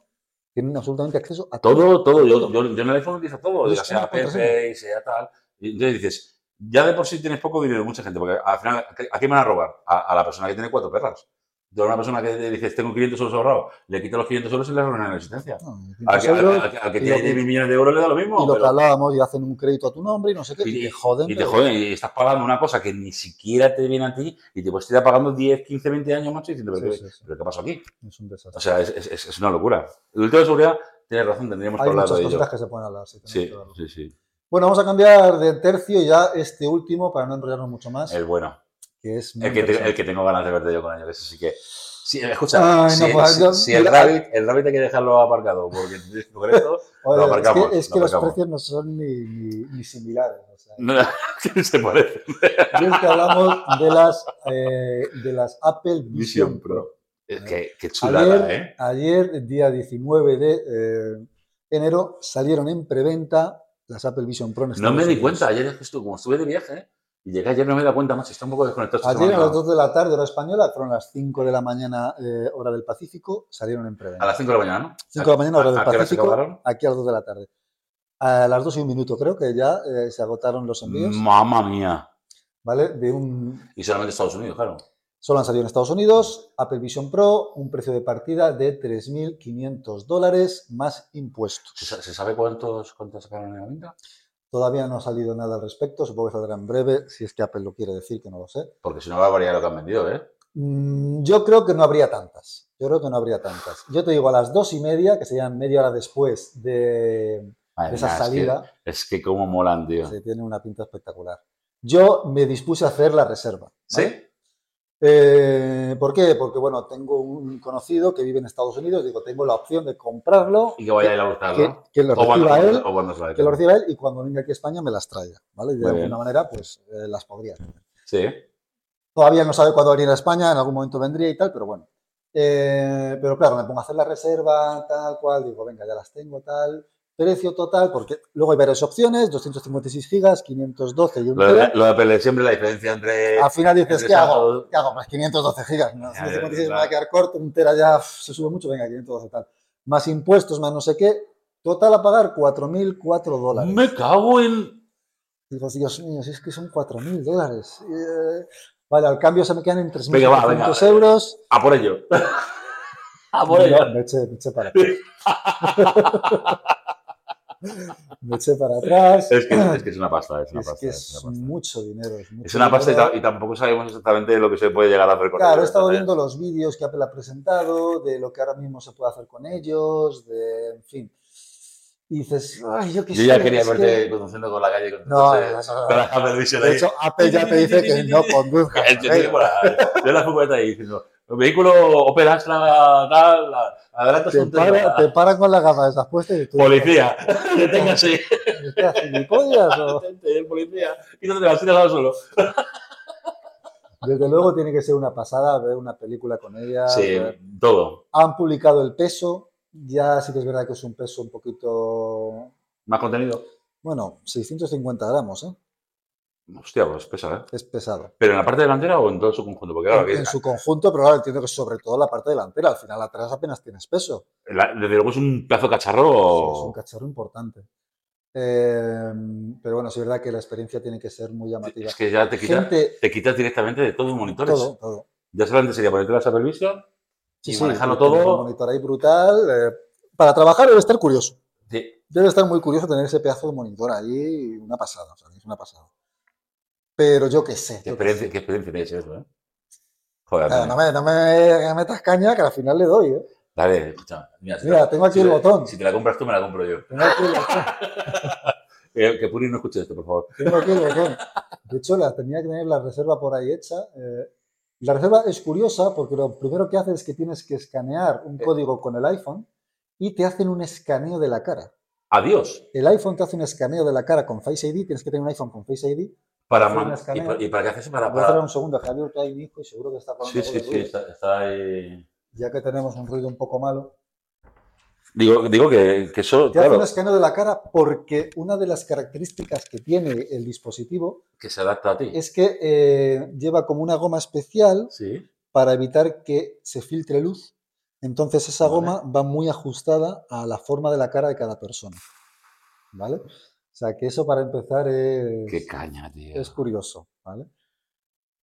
tienen absolutamente acceso a Todo, todo. Yo, yo, yo en el iPhone utilizo todo, Yo ya sé sea una contraseña. Pepe, sea tal. Y entonces dices, ya de por sí tienes poco dinero, mucha gente, porque al final, ¿a qué me van a robar? A, a la persona que tiene cuatro perras. Tú a una persona que le dices, tengo 500 euros ahorrados, le quita los 500 euros y le arruina la existencia. No, Al 500 que, al- euros, al que- al que y tiene lo- 10.000 millones de euros le da lo mismo. Ah, y lo que pero- hablábamos, y hacen un crédito a tu nombre y no sé qué, Y- y te joden. y te pero- joden, y estás pagando una cosa que ni siquiera te viene a ti y te puedes estar pagando 10, 15, 20 años, macho, y diciendo, Sí, pero, sí, qué, sí. pero qué pasó aquí? Es un O desastre. sea, es, es- es una locura. El último de seguridad tiene razón, tendríamos que Hay hablar muchas de ello. cositas que se pueden hablar. sí, tenemos Sí, que hablarlo. sí, sí. Bueno, vamos a cambiar de tercio ya este último para no enrollarnos mucho más. El bueno. que es muy El que, te- interesante. el que tengo ganas de verte yo con ellos, eso sí que. Sí, escucha, Ay, si, no, pues, si- yo- si el, mira, rabbit, el rabbit hay que dejarlo aparcado, porque tú tienes que coger esto. Oye, lo es que- aparcamos, Es que, lo los aparcamos. precios no son ni, ni- ni similares. o sea, No, que se parece. y es que hablamos de las, eh, de las Apple Vision Vision Pro. Pro. Es que, qué chulada, Ayer- ¿eh? Ayer, día 19 de eh, enero, salieron en preventa las Apple Vision Pro. en No Estados me di Unidos. cuenta, ayer es que estuve, como estuve de viaje, ¿eh? y llegué ayer no me he dado cuenta, macho, está un poco desconectado. esta Ayer a semana. las 2 de la tarde, hora española, fueron las 5 de la mañana, eh, hora del Pacífico, salieron en A preventa. las 5 de la mañana, ¿no? 5 de la mañana, hora ¿A- del a qué hora se Pacífico, acabaron? aquí a las 2 de la tarde. A las 2 y un minuto creo que ya eh, se agotaron los envíos, Mamma mía. ¿vale? De un, Y solamente Estados Unidos, claro. Solo han salido en Estados Unidos, Apple Vision Pro, un precio de partida de 3.500 dólares más ¿Se, impuestos. sa- se sabe cuántos, cuántos sacaron en la venta? Todavía no ha salido nada al respecto, supongo que saldrá en breve, si es que Apple lo quiere decir, que no lo sé. Porque si no va a variar lo que han vendido, ¿eh? Mm, Yo creo que no habría tantas, yo creo que no habría tantas. Yo te digo, a las dos y media, que serían media hora después de, de Madre esa mía, es que- salida, Es que cómo molan, tío. se tiene una pinta espectacular. Yo me dispuse a hacer la reserva. ¿Sí? ¿vale? Eh, ¿Por qué? Porque, bueno, tengo un conocido que vive en Estados Unidos, digo, tengo la opción de comprarlo. Y que vaya a ir a buscarlo. que, que lo O cuando- reciba él, o cuando se la que lo dejen. reciba él y cuando venga aquí a España me las traiga, ¿vale? Y De Muy alguna bien. manera, pues eh, las podría. tener. Sí. Todavía no sabe cuándo venir a España, en algún momento vendría y tal, pero bueno. Eh, pero claro, me pongo a hacer la reserva, tal cual, digo, venga, ya las tengo, tal. Precio total, porque luego hay varias opciones, 256 gigas, 512 y un Lo de, tera. lo de Pelé, siempre la diferencia entre. Al final dices, entre ¿qué esas hago? dos- ¿Qué hago? Pues 512 gigas, ¿no? Ya, 256 me claro. va a quedar corto, un tera ya uf, se sube mucho, venga, 512 tal. Más impuestos, más no sé qué, total a pagar 4.004 dólares. Me cago en. Digo, Dios mío, si es que son 4.000 dólares. Eh, vale, al cambio se me quedan en Venga, va, venga. 3.500 euros. A por ello. a por Y ello. ya me, eché, me eché para atrás. me eché para atrás. Es que, es que es una pasta, es Es una pasta. que es es una pasta. mucho dinero. Es, mucho Es una pasta y, dinero. ta- y tampoco sabemos exactamente lo que se puede llegar a hacer con Claro, ello, ¿eh? he estado entonces- viendo los vídeos que Apple ha presentado, de lo que ahora mismo se puede hacer con ellos, de, en fin. Y dices, ay, yo qué Yo sé, ya quería es que- verte eh, conduciendo por la calle con, No, entonces, no, no, no. con la Apple Vision De ahí. hecho, Apple ya te dice que no conduzcas. El tío ¿eh? por la- yo en la furgoneta ahí diciendo, los vehículos Opel Astra, tal, la- adelantas Te un paran tema. te paran con las gafas esas puestas y tú... Policía, deténgase, ¿Estás gilipollas o...? detente, el policía, quítate las tiras al suelo. Desde luego tiene que ser una pasada ver una película con ella. Sí, ver- todo. Han publicado el peso. Ya sí que es verdad que es un peso un poquito... Más contenido. Bueno, 650 gramos, ¿eh? Hostia, pues pesa, ¿eh? Es pesado. ¿Pero en la parte delantera o en todo su conjunto? Porque claro, en, que en su conjunto, pero ahora entiendo que sobre todo la parte delantera. Al final atrás apenas tienes peso. la- desde luego es un plazo Es un cacharro. cacharro importante. Eh, pero bueno, sí es verdad que la experiencia tiene que ser muy llamativa. Es que ya te quitas Gente, te quitas directamente de todos los monitores. todo, todo. Ya solamente sería ponerte la Apple Vision y manejarlo tienes todo. Un monitor ahí brutal. eh, para trabajar debe estar curioso. Sí. Debe estar muy curioso tener ese pedazo de monitor ahí, una pasada, o sea, es una pasada. Pero yo qué sé. yo qué ¿Qué experiencia, sé. qué experiencia tienes eso, eh? Joder, Claro, no, Antonio. me, no me- no me metas caña que al final le doy, ¿eh? Dale, escucha. Mira, Mira, te- tengo aquí el te- botón. Si te la compras tú, me la compro yo. Tengo aquí, el botón, Eh, que Puri no escuche esto, por favor. tengo aquí el botón. De hecho, la, tenía que tener la reserva por ahí hecha. eh, la reserva es curiosa porque lo primero que hace es que tienes que escanear un Eh. código con el iPhone y te hacen un escaneo de la cara. Adiós. El iPhone te hace un escaneo de la cara con Face ID, tienes que tener un iPhone con Face ID. Para Hacer man- un ¿Y, escaneo. para, ¿Y para qué haces? Para, Voy a cerrar para... un segundo, Javier, que hay un hijo y seguro que está hablando Ah, Sí, algo sí, de sí, ruido. está, está ahí. ya que tenemos un ruido un poco malo. Digo, digo que, que eso, Te hace Pues claro, un escaneo de la cara porque una de las características que tiene el dispositivo que se adapta a ti. es que eh, lleva como una goma especial Sí. para evitar que se filtre luz. Entonces esa Vale. goma va muy ajustada a la forma de la cara de cada persona. ¿Vale? O sea que eso para empezar es, Qué caña, tío. es curioso. ¿Vale?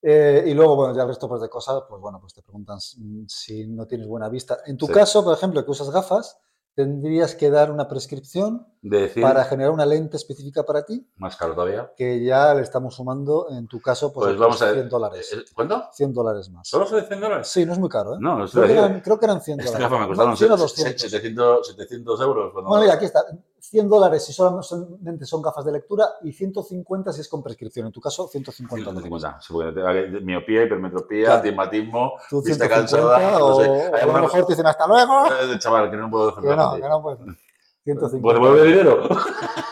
Eh, y luego, bueno, ya el resto pues, de cosas, pues bueno, pues te preguntan si si no tienes buena vista. En tu Sí. caso, por ejemplo, que usas gafas, tendrías que dar una prescripción De decir, para generar una lente específica para ti, más caro todavía. que ya le estamos sumando, en tu caso, pues, Pues otros vamos a ver. 100 dólares. Eh, ¿Cuánto? 100 dólares más. ¿Solo son 100 dólares? Sí, no es muy caro, ¿eh? No, no creo, estoy que diciendo. eran, creo que eran 100 Esta dólares. gafa me No, costaron 100 o 700, 200. 700 euros. cuando- Bueno, mira, aquí está. 100 dólares si solamente son gafas de lectura y 150 si es con prescripción. En tu caso, 150 dólares. 150, sí, porque te- a ver, miopía, hipermetropía, Claro. astigmatismo, Tú vista 150 cansada, no o, sé. o Hay a una- lo mejor te dicen hasta luego. eh, chaval, que no puedo Que no, defenderme. que no puedes. 150. Pues devuelve dinero.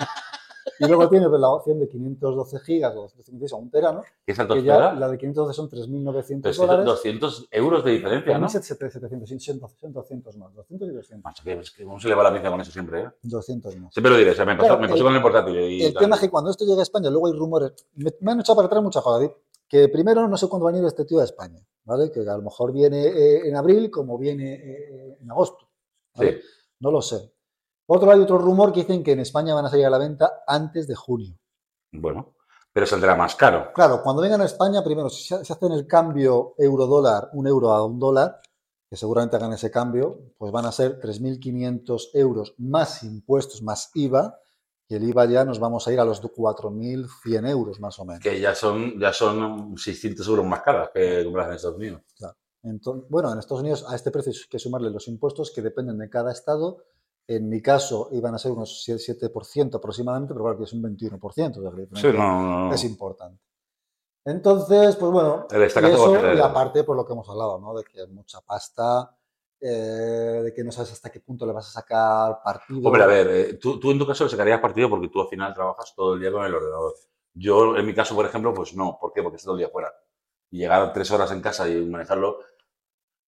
Y luego tienes pues, la opción de 512 gigas o 256 o un tera, ¿no? ¿Qué salto Que ya espera? la de 512 son 3.900 200, dólares. 200 euros de diferencia, Con ¿no? 700, 200 más. 200 y 200. Macho, que, es que ¿cómo se le va la pinza con eso siempre? ¿eh? 200 más. Siempre lo diré, o sea, me pasó, Claro, me pasó el- con el portátil. Y El tal. tema es que cuando esto llega a España, luego hay rumores. Me, me han echado para atrás mucha joda. ¿eh? Que primero no sé cuándo va a venir este tío a España, ¿vale? Que a lo mejor viene eh, en abril como viene eh, en agosto. ¿vale? Sí. No lo sé. Por otro lado, hay otro rumor que dicen que en España van a salir a la venta antes de junio. Bueno, pero saldrá más caro. Claro, cuando vengan a España, primero, si se se hacen el cambio euro-dólar, un euro a un dólar, que seguramente hagan ese cambio, pues van a ser 3.500 euros más impuestos, más IVA, y el IVA ya nos vamos a ir a los 4.100 euros más o menos. Que ya son, ya son 600 euros más caras que compras en Estados Unidos. Entonces, bueno, en Estados Unidos a este precio hay que sumarle los impuestos que dependen de cada estado. En mi caso iban a ser unos 7% aproximadamente, pero claro que es un 21%. o sea, que la Sí, diferencia no, no, no. es importante. Entonces, pues bueno, El y estacazo va a eso, ser- y aparte, por lo que hemos hablado, ¿no? De que es mucha pasta, eh, de que no sabes hasta qué punto le vas a sacar partido. Hombre, a ver, eh, tú, tú en tu caso le sacarías partido porque tú al final trabajas todo el día con el ordenador. Yo, en mi caso, por ejemplo, pues no. ¿Por qué? Porque estoy todo el día fuera. Y llegar tres horas en casa y manejarlo,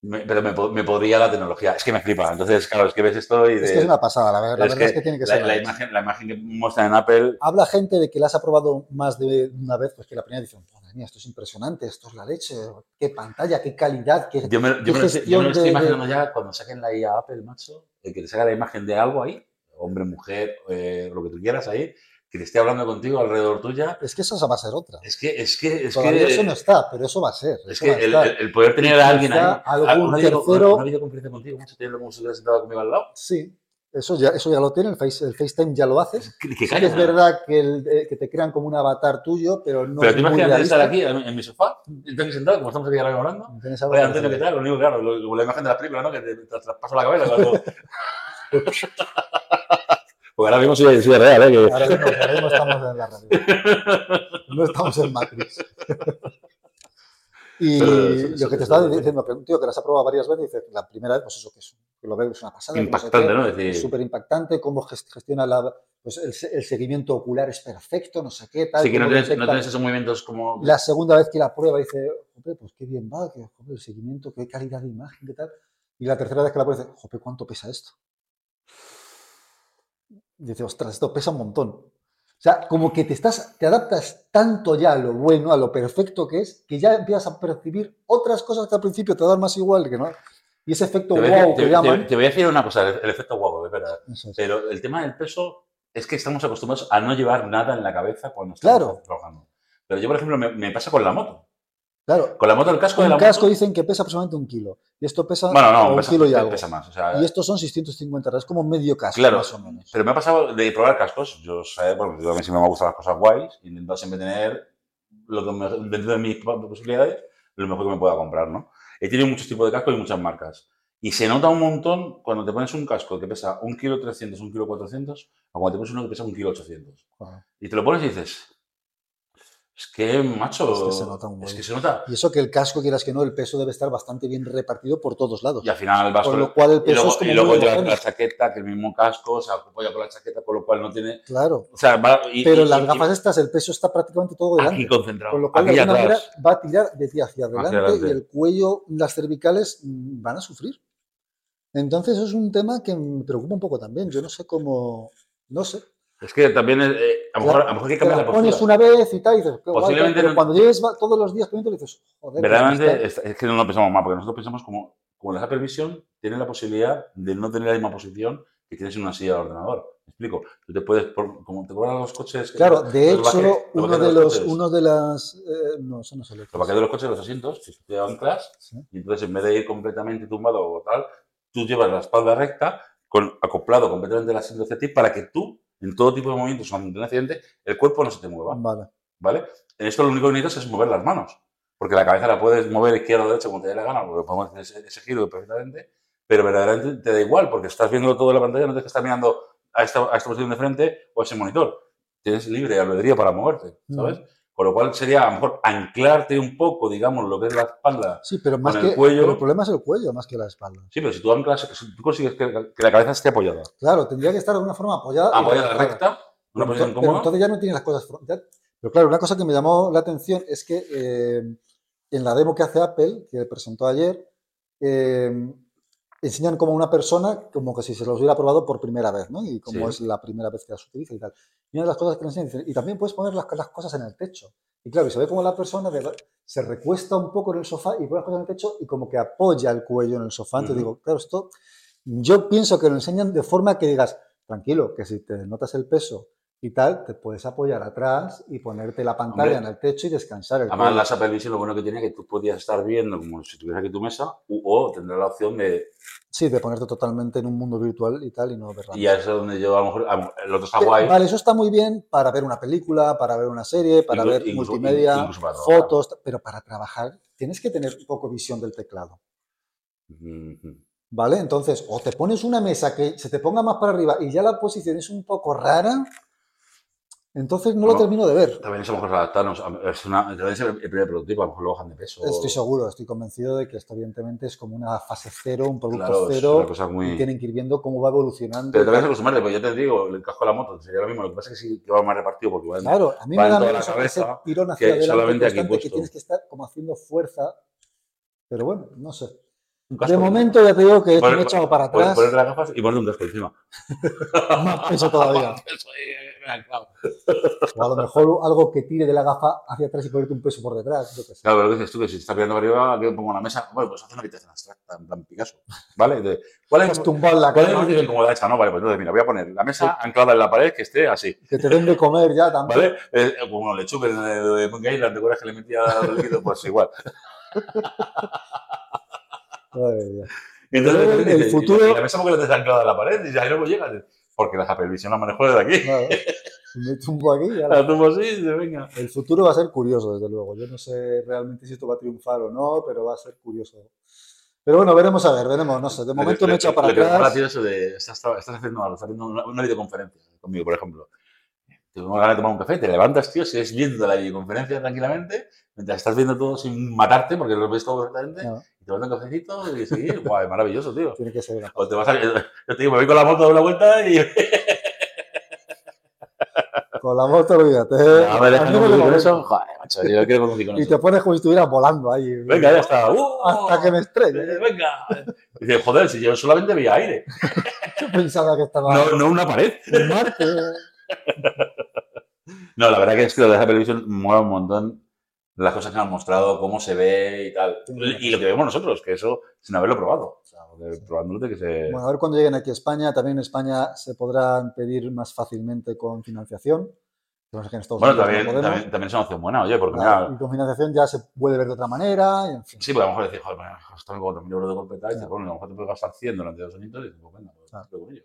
me- pero me, po- me podría la tecnología. Es que me flipa. Entonces, claro, es que ves esto y... es que de- es una pasada, la, ver- la es verdad que es que tiene que la, ser. la una imagen, la imagen que muestran en Apple... Habla gente de que la has aprobado más de una vez, pues que la primera dicen, madre mía, esto es impresionante, esto es la leche, qué pantalla, qué calidad, qué... Yo me, lo- ¿Qué yo me lo estoy, yo me gestión lo estoy de- imaginando ya cuando saquen la IA Apple, macho, el que te saca la imagen de algo ahí, hombre, mujer, eh, lo que tú quieras ahí, que te esté hablando contigo alrededor tuya. Es que eso va a ser otra. Es que, es que, es Todavía que... eso no está, pero eso va a ser. Es eso que va a el, estar. el- el poder tener a alguien ahí. Quizá algún a- una video- tercero- una- una videoconferencia contigo, mucho tenerlo como si hubiera sentado conmigo al lado. Sí, eso ya, eso ya lo tiene, el, Face- el FaceTime ya lo haces. Que, que Sí que calla, es ¿no? verdad que, el- eh, que te crean como un avatar tuyo, pero no Pero es tú muy imagínate realista. estar aquí en, en mi sofá, y tan sentado, como estamos aquí ahora hablando. Tienes algo Oye, que Antonio, ¿qué hacer. tal? Lo único, claro, lo- como la imagen de las películas, ¿no? Que te, te traspaso la cabeza cuando... Porque ahora mismo soy, soy real, ¿eh? Que- Ahora mismo, ahora mismo estamos en la radio. No estamos en Matrix. Y Pero eso- eso- lo que te eso- estaba eso- diciendo, que un tío que las ha probado varias veces, dice, la primera vez, pues eso que es, que lo veo, es una pasada. que no sé Impactante, qué, ¿no? Es Decir, súper impactante, cómo ges- gestiona la, pues el, se- el seguimiento ocular es perfecto, no sé qué, tal. sí que no cómo tienes, no detecta- tienes esos movimientos como... La segunda vez que la prueba dice, jope, pues qué bien va, que, jope, el seguimiento, qué calidad de imagen, qué tal. Y la tercera vez que la prueba dice, jope, ¿cuánto pesa esto? Y dice, ostras, esto pesa un montón. O sea, como que te, estás, te adaptas tanto ya a lo bueno, a lo perfecto que es, que ya empiezas a percibir otras cosas que al principio te dan más igual que no. Y ese efecto Te voy, a decir- wow que te- llaman. te- te voy a decir una cosa, el, el efecto guapo, de verdad. Eso es. Pero el tema del peso es que estamos acostumbrados a no llevar nada en la cabeza cuando estamos Claro. trabajando. Pero yo, por ejemplo, me, me pasa con la moto. Claro, Con la moto, el casco de un la casco moto. dicen que pesa aproximadamente un kilo. Y esto pesa Bueno, no, un pesa, kilo y pe- algo. pesa más. o sea, Y estos son 650 euros, es como medio casco, Claro, más o menos. Pero me ha pasado de probar cascos. Yo, sé, bueno, yo a mí siempre me gustan las cosas guays. Intento siempre tener lo que me- dentro de mis posibilidades lo mejor que me pueda comprar, ¿no? He tenido muchos tipos de cascos y muchas marcas. Y se nota un montón cuando te pones un casco que pesa 1 kilo 300, 1 kilo 400, o cuando te pones uno que pesa 1 kilo 800. Claro. Y te lo pones y dices, es que, macho, Es que se nota un es que huevo". se nota. Y eso que el casco, quieras que no, el peso debe estar bastante bien repartido por todos lados. Y al final vas con con lo cual el y peso luego, es como y luego muy llevas homogéneo. la chaqueta, que el mismo casco, o sea, apoya con la chaqueta, con lo cual no tiene... Claro. O sea, va- y- Pero y- en y- las gafas estas, el peso está prácticamente todo aquí delante. concentrado, Con lo cual, aquí de alguna manera, atrás. va a tirar de ti hacia adelante, adelante. y el cuello, las cervicales mm, van a sufrir. Entonces, eso es un tema que me preocupa un poco también. Yo no sé cómo. No sé. Es que también, eh, a, lo mejor, a lo mejor hay que Te cambiar la la pones postura. una vez y tal, y dices, qué guay, Posiblemente pero no- cuando llegues va- todos los días poniéndolo, dices, joder. pues, está- Verdaderamente, es, es que no lo pensamos más, porque nosotros pensamos como, como las Apple Vision tienen la posibilidad de no tener la misma posición que tienes en una silla de ordenador. ¿Me explico? Tú te puedes, por- como te cobran los coches. que- Claro, de eh, los hecho, baquets- los uno baquets de los, coches, uno de las, eh, no, eso no se le Los baquets de los coches, los asientos, si te anclas, Sí. y entonces en vez de ir completamente tumbado o tal, tú llevas la espalda recta, con, acoplado completamente el asiento hacia ti, para que tú, en todo tipo de movimientos, ante un accidente, el cuerpo no se te mueva. Vale, ¿vale? En esto lo único que necesitas es mover las manos, porque la cabeza la puedes mover izquierda o derecha como te dé la gana, porque podemos hacer ese, ese giro perfectamente, pero verdaderamente te da igual, porque estás viendo todo en la pantalla, no tienes que estar mirando a esta, a esta posición de frente o a ese monitor. Tienes libre albedrío para moverte, Mm. ¿sabes? Con lo cual sería a lo mejor anclarte un poco, digamos, lo que es la espalda. sí, pero más el que, cuello. pero el problema es el cuello más que la espalda. Sí, pero si tú anclas, si tú consigues que, que la cabeza esté apoyada, Claro, tendría que estar de alguna forma apoyada. Ah, y apoyada relajada. recta, en una Pero posición ento- pero cómoda. entonces ya no tiene las cosas. fron- ya- Pero claro, una cosa que me llamó la atención es que eh, en la demo que hace Apple, que presentó ayer, eh, enseñan como una persona, como que si se los hubiera probado por primera vez, ¿no? Y como Sí. es la primera vez que las utiliza y tal. Y una de las cosas que le enseñan, dicen, y también puedes poner las, las cosas en el techo. Y claro, y se ve como la persona de- se recuesta un poco en el sofá y pone las cosas en el techo y como que apoya el cuello en el sofá. Entonces Ujú. digo, claro, esto yo pienso que lo enseñan de forma que digas, tranquilo, que si te notas el peso y tal, te puedes apoyar atrás y ponerte la pantalla Hombre. en el techo y descansar el Además, cuello. las Apple Vision lo bueno que tiene es que tú podías estar viendo como si tuvieras aquí tu mesa u- o tendrás la opción de... Sí, de ponerte totalmente en un mundo virtual y tal y no ver la Y ya es donde yo a lo mejor... a lo mejor, el otro está Eh, guay. Vale, eso está muy bien para ver una película, para ver una serie, para Inclu- ver incluso- multimedia, incluso para trabajar. fotos, ta- pero para trabajar tienes que tener un poco visión del teclado, Ujú. ¿vale? Entonces, o te pones una mesa que se te ponga más para arriba y ya la posición es un poco rara, entonces no lo No. termino de ver. También es a lo mejor adaptarnos. a- Es una, también es el el primer prototipo, a lo mejor lo bajan de peso. Estoy seguro, estoy convencido de que esto evidentemente es como una fase cero, un producto Claro, es cero, una cosa y muy... tienen que ir viendo cómo va evolucionando. Pero también es acostumbrarte, porque yo te digo, el casco de la moto sería lo mismo. Lo que pasa es que sí que va más repartido porque va en- Claro, a mí va me en da toda miedo la eso, ese cabeza, tirón hacia que adelante solamente aquí constante que puesto. tienes que estar como haciendo fuerza, pero bueno, no sé. un casco. De momento ya te digo que esto me he echado para Poner- atrás, Poner las gafas y poner un casco encima. más peso todavía. Eso, eh, me ha clavado. O a lo mejor algo que tire de la gafa hacia atrás y ponerte un peso por detrás, yo qué sé. Claro, pero dices tú que si estás mirando para arriba, que pongo en la mesa, bueno, pues haz una habitación abstracta, en plan Picasso, ¿vale? De, ¿Cuál es Estás tumbado en la cuál es la cama, posición cómoda hecha? No, vale, pues entonces mira, voy a poner la mesa anclada en la pared que esté así, que te den de comer ya también. ¿vale? Eh, como le chupes de Monkey Island, ¿te acuerdas que le metía el líquido? Pues igual. Madre mía. Y Pero entonces, de repente el dices, futuro- ¿y la- ¿y la mesa porque la tienes anclada en la pared? Y dices, ahí luego llegas, porque las Apple Vision la manejo desde aquí. Claro, me tumbo aquí y ala. La tumbo así y dices, venga. El futuro va a ser curioso, desde luego. Yo no sé realmente si esto va a triunfar o no, pero va a ser curioso. Pero bueno, veremos a ver, veremos, no sé. De momento me he echado para Ahora atrás. tío eso de, estás, estás haciendo, estás haciendo una, una videoconferencia conmigo, por ejemplo. Tengo ganas de tomar un café, te levantas, tío, sigues viendo la videoconferencia tranquilamente, mientras estás viendo todo sin matarte, porque lo ves todo perfectamente, No, y te vas un cafecito y seguir, guay, maravilloso, tío. tiene que ser una O te vas a, yo te digo, me voy con la moto a dar una vuelta y... Con la moto, olvídate. No, me dejan Al menos de conducir con momento. eso, joder, macho, yo quiero conducir con Y te eso. pones como si estuvieras volando ahí. Venga, ya está. ¡Uh! Hasta que me estrelle. Eh, Venga. Y dices, joder, si yo solamente veía aire, Yo pensaba que estaba no, no una pared. en Marte. No, la verdad que es que lo de esa televisión mola un montón las cosas que han mostrado, cómo se ve y tal. Sí. Y lo que vemos nosotros, que eso sin haberlo probado. O sea, porque probándolo de que se. Bueno, a ver cuando lleguen aquí a España. También en España se podrán pedir más fácilmente con financiación. Tenemos que en Estados Bueno, Unidos no también, pues podemos. Ah. también, también es una opción buena, oye, porque Claro, mira. Y con financiación ya se puede ver de otra manera. y en fin. Sí, porque a lo mejor decir, joder, bueno, están como 4.000 euros de golpe y tal, y Ah. dices, bueno, a lo mejor te puedes gastar 100 durante dos añitos y dices, pues venga, pues, Claro. lo con ello.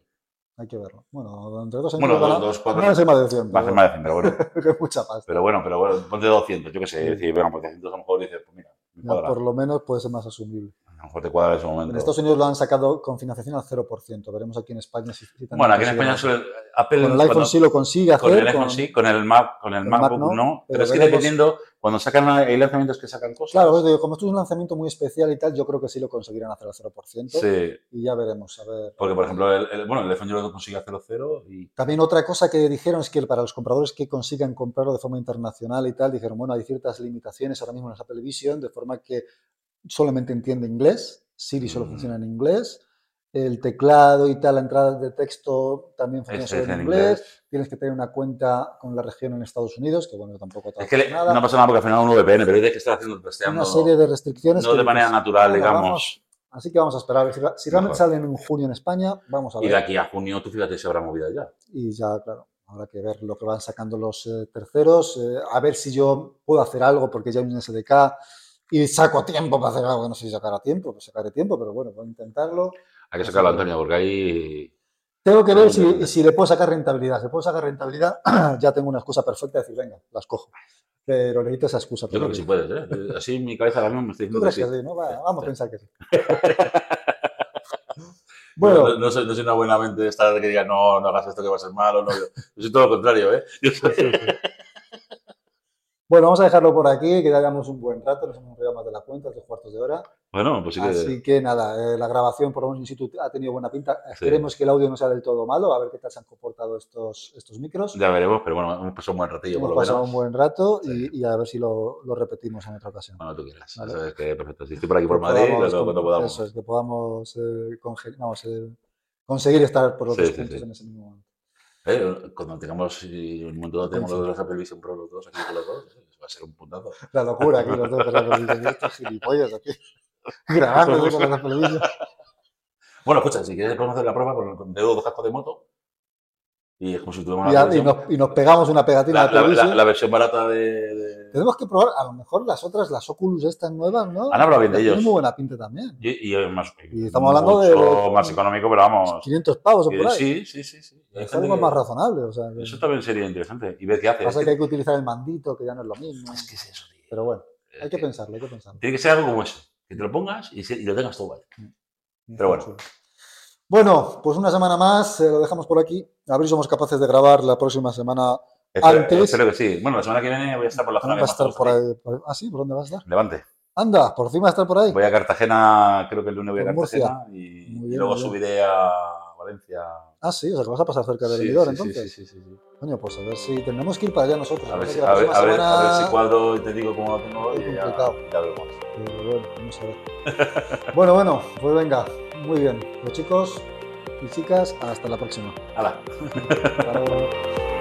Hay que verlo. Bueno, entre dos años Bueno, no van dos, a- dos, no cuatro. van a ser más de 100. Va a ser más de 100, pero bueno. pero que es mucha pasta. Pero bueno, pero bueno, ponte 200, yo qué sé. Sí. Es decir, venga, pues 300 a lo mejor dices, pues mira, me Ya, cuadra. por lo menos puede ser más asumible. A lo mejor te cuadra en ese momento. En Estados Unidos lo han sacado con financiación al 0%. Veremos aquí en España si. si también Bueno, aquí en consiguen España hacer. suele- Apple. Con el iPhone cuando- sí lo consigue hacer. Con el iPhone sí, con el, Mac, con el, el Mac MacBook no, no, pero pero es que veremos. dependiendo, cuando sacan a- hay lanzamientos que sacan cosas. Claro, pues, digo, como esto es un lanzamiento muy especial y tal, yo creo que sí lo conseguirán hacer al 0%. Sí, Y ya veremos. A ver. porque por ejemplo, el, el- bueno, el iPhone yo lo consigue a 0.0 y También otra cosa que dijeron es que para los compradores que consigan comprarlo de forma internacional y tal, dijeron, bueno, hay ciertas limitaciones ahora mismo en las Apple Vision, de forma que solamente entiende inglés, Siri solo Mm. funciona en inglés, el teclado y tal, la entrada de texto también funciona este solo es en, en inglés. inglés. tienes que tener una cuenta con la región en Estados Unidos, que bueno, tampoco te Es que le- Pues nada, no pasa nada porque al final uno VPN, pero es que está haciendo el una testeando. serie de restricciones. No que de manera dices, natural, "Bueno, digamos. vamos Así que vamos a esperar. a ver Si, si realmente Mejor. salen en junio en España, vamos a Y ver. de aquí a junio, tú fíjate, se habrá movido ya. y ya, claro, habrá que ver lo que van sacando los eh, terceros, eh, a ver si yo puedo hacer algo porque ya hay un SDK y saco tiempo para hacer algo, no sé si sacará tiempo, pues sacaré tiempo, pero bueno, voy a intentarlo. Hay que Así sacarlo, que- Antonio, porque ahí Tengo que ver Pero no te si, rindes. si le puedo sacar rentabilidad. Si puedo sacar rentabilidad, ya tengo una excusa perfecta de decir, venga, las cojo. Pero necesito esa excusa. yo creo que sí puedes, ¿eh? Así en mi cabeza ahora mismo me estoy ¿Tú diciendo que crees sí. que sí, no? Va, Sí, vamos a sí. pensar que sí. Bueno. bueno, No, no soy, no soy una buena mente de esta que diga, no, no hagas esto que va a ser malo. No. Yo, yo soy todo lo contrario, ¿eh? Yo soy- bueno, vamos a dejarlo por aquí, que ya llevamos un buen rato, nos hemos enrollado más de la cuenta, tres cuartos de hora. Bueno, pues sí que... Así que nada, eh, la grabación por lo menos in situ ha tenido buena pinta. Esperemos que el audio no sea del todo malo, a ver qué tal se han comportado estos, estos micros. Ya veremos, pero bueno, hemos pasado un buen ratillo, Hemos por lo menos. pasado un buen rato Sí. y, y a ver si lo, lo repetimos en otra ocasión. Cuando tú quieras. Vale. Sabes que perfecto. Si estoy por aquí por Que Madrid, lo podamos tengo cuando con- podamos. Eso es, que podamos eh, conge- vamos, eh, conseguir estar por los Sí, dos sí, juntos sí. en ese mismo momento. Eh, cuando tengamos, en un momento dado tenemos los Coincido. dos Apple Vision Pro, los dos aquí con los dos, eh, va a ser un puntazo. La locura aquí, los dos de la televisión, estos gilipollas aquí, grabando con la televisión. Bueno, escucha, si quieres podemos hacer la prueba con, con tengo dos cascos de moto y es como si tuviéramos Y, la, a- y versión, nos, y nos pegamos una pegatina pues la, de la- televisión. la- la versión barata de... de- Tenemos que probar, a lo mejor las otras, las Oculus estas nuevas, ¿no? Han hablado bien de Tienen ellos. muy buena pinta también. Y, y es más, Y estamos hablando de- mucho más económico, pero vamos... 500 pavos o eh, por ahí. sí, sí, sí. sí. Hay es gente algo que- más razonable. O sea, que- Eso también sería interesante. Y ver qué hace. pasa Es que que- hay que utilizar el mandito, que ya no es lo mismo. es que es eso, tío. Pero bueno, Es hay que que- pensarlo, hay que pensarlo. Tiene que ser algo como eso. Que te lo pongas y, se- y lo tengas todo ahí. Mm. Pero bueno. Bueno, pues una semana más, eh, lo dejamos por aquí. A ver si somos capaces de grabar la próxima semana. Espero, Antes- espero que sí. Bueno, la semana que viene voy a estar por la zona ¿Dónde de vas a estar por Mazatlán. ahí? Por- ¿Ah, sí? ¿Por dónde vas a estar? Levante. Anda, por fin vas a estar por ahí. Voy a Cartagena, creo que el lunes voy a Por Cartagena y, Muy y bien, luego muy bien. subiré a Valencia. Ah, sí, o sea que vas a pasar cerca de Sí, Benidorm, sí, sí, entonces. sí, sí, sí, sí. Coño, pues a ver si tenemos que ir para allá nosotros. A ver parece si- que la a ver- próxima a ver- a ver si semana- cuadro y te digo cómo lo tengo Es y ya, complicado. ya veremos. Pero bueno, vamos a ver. bueno, bueno, pues venga, muy bien. Los chicos y chicas, hasta la próxima. Hala. Hasta luego.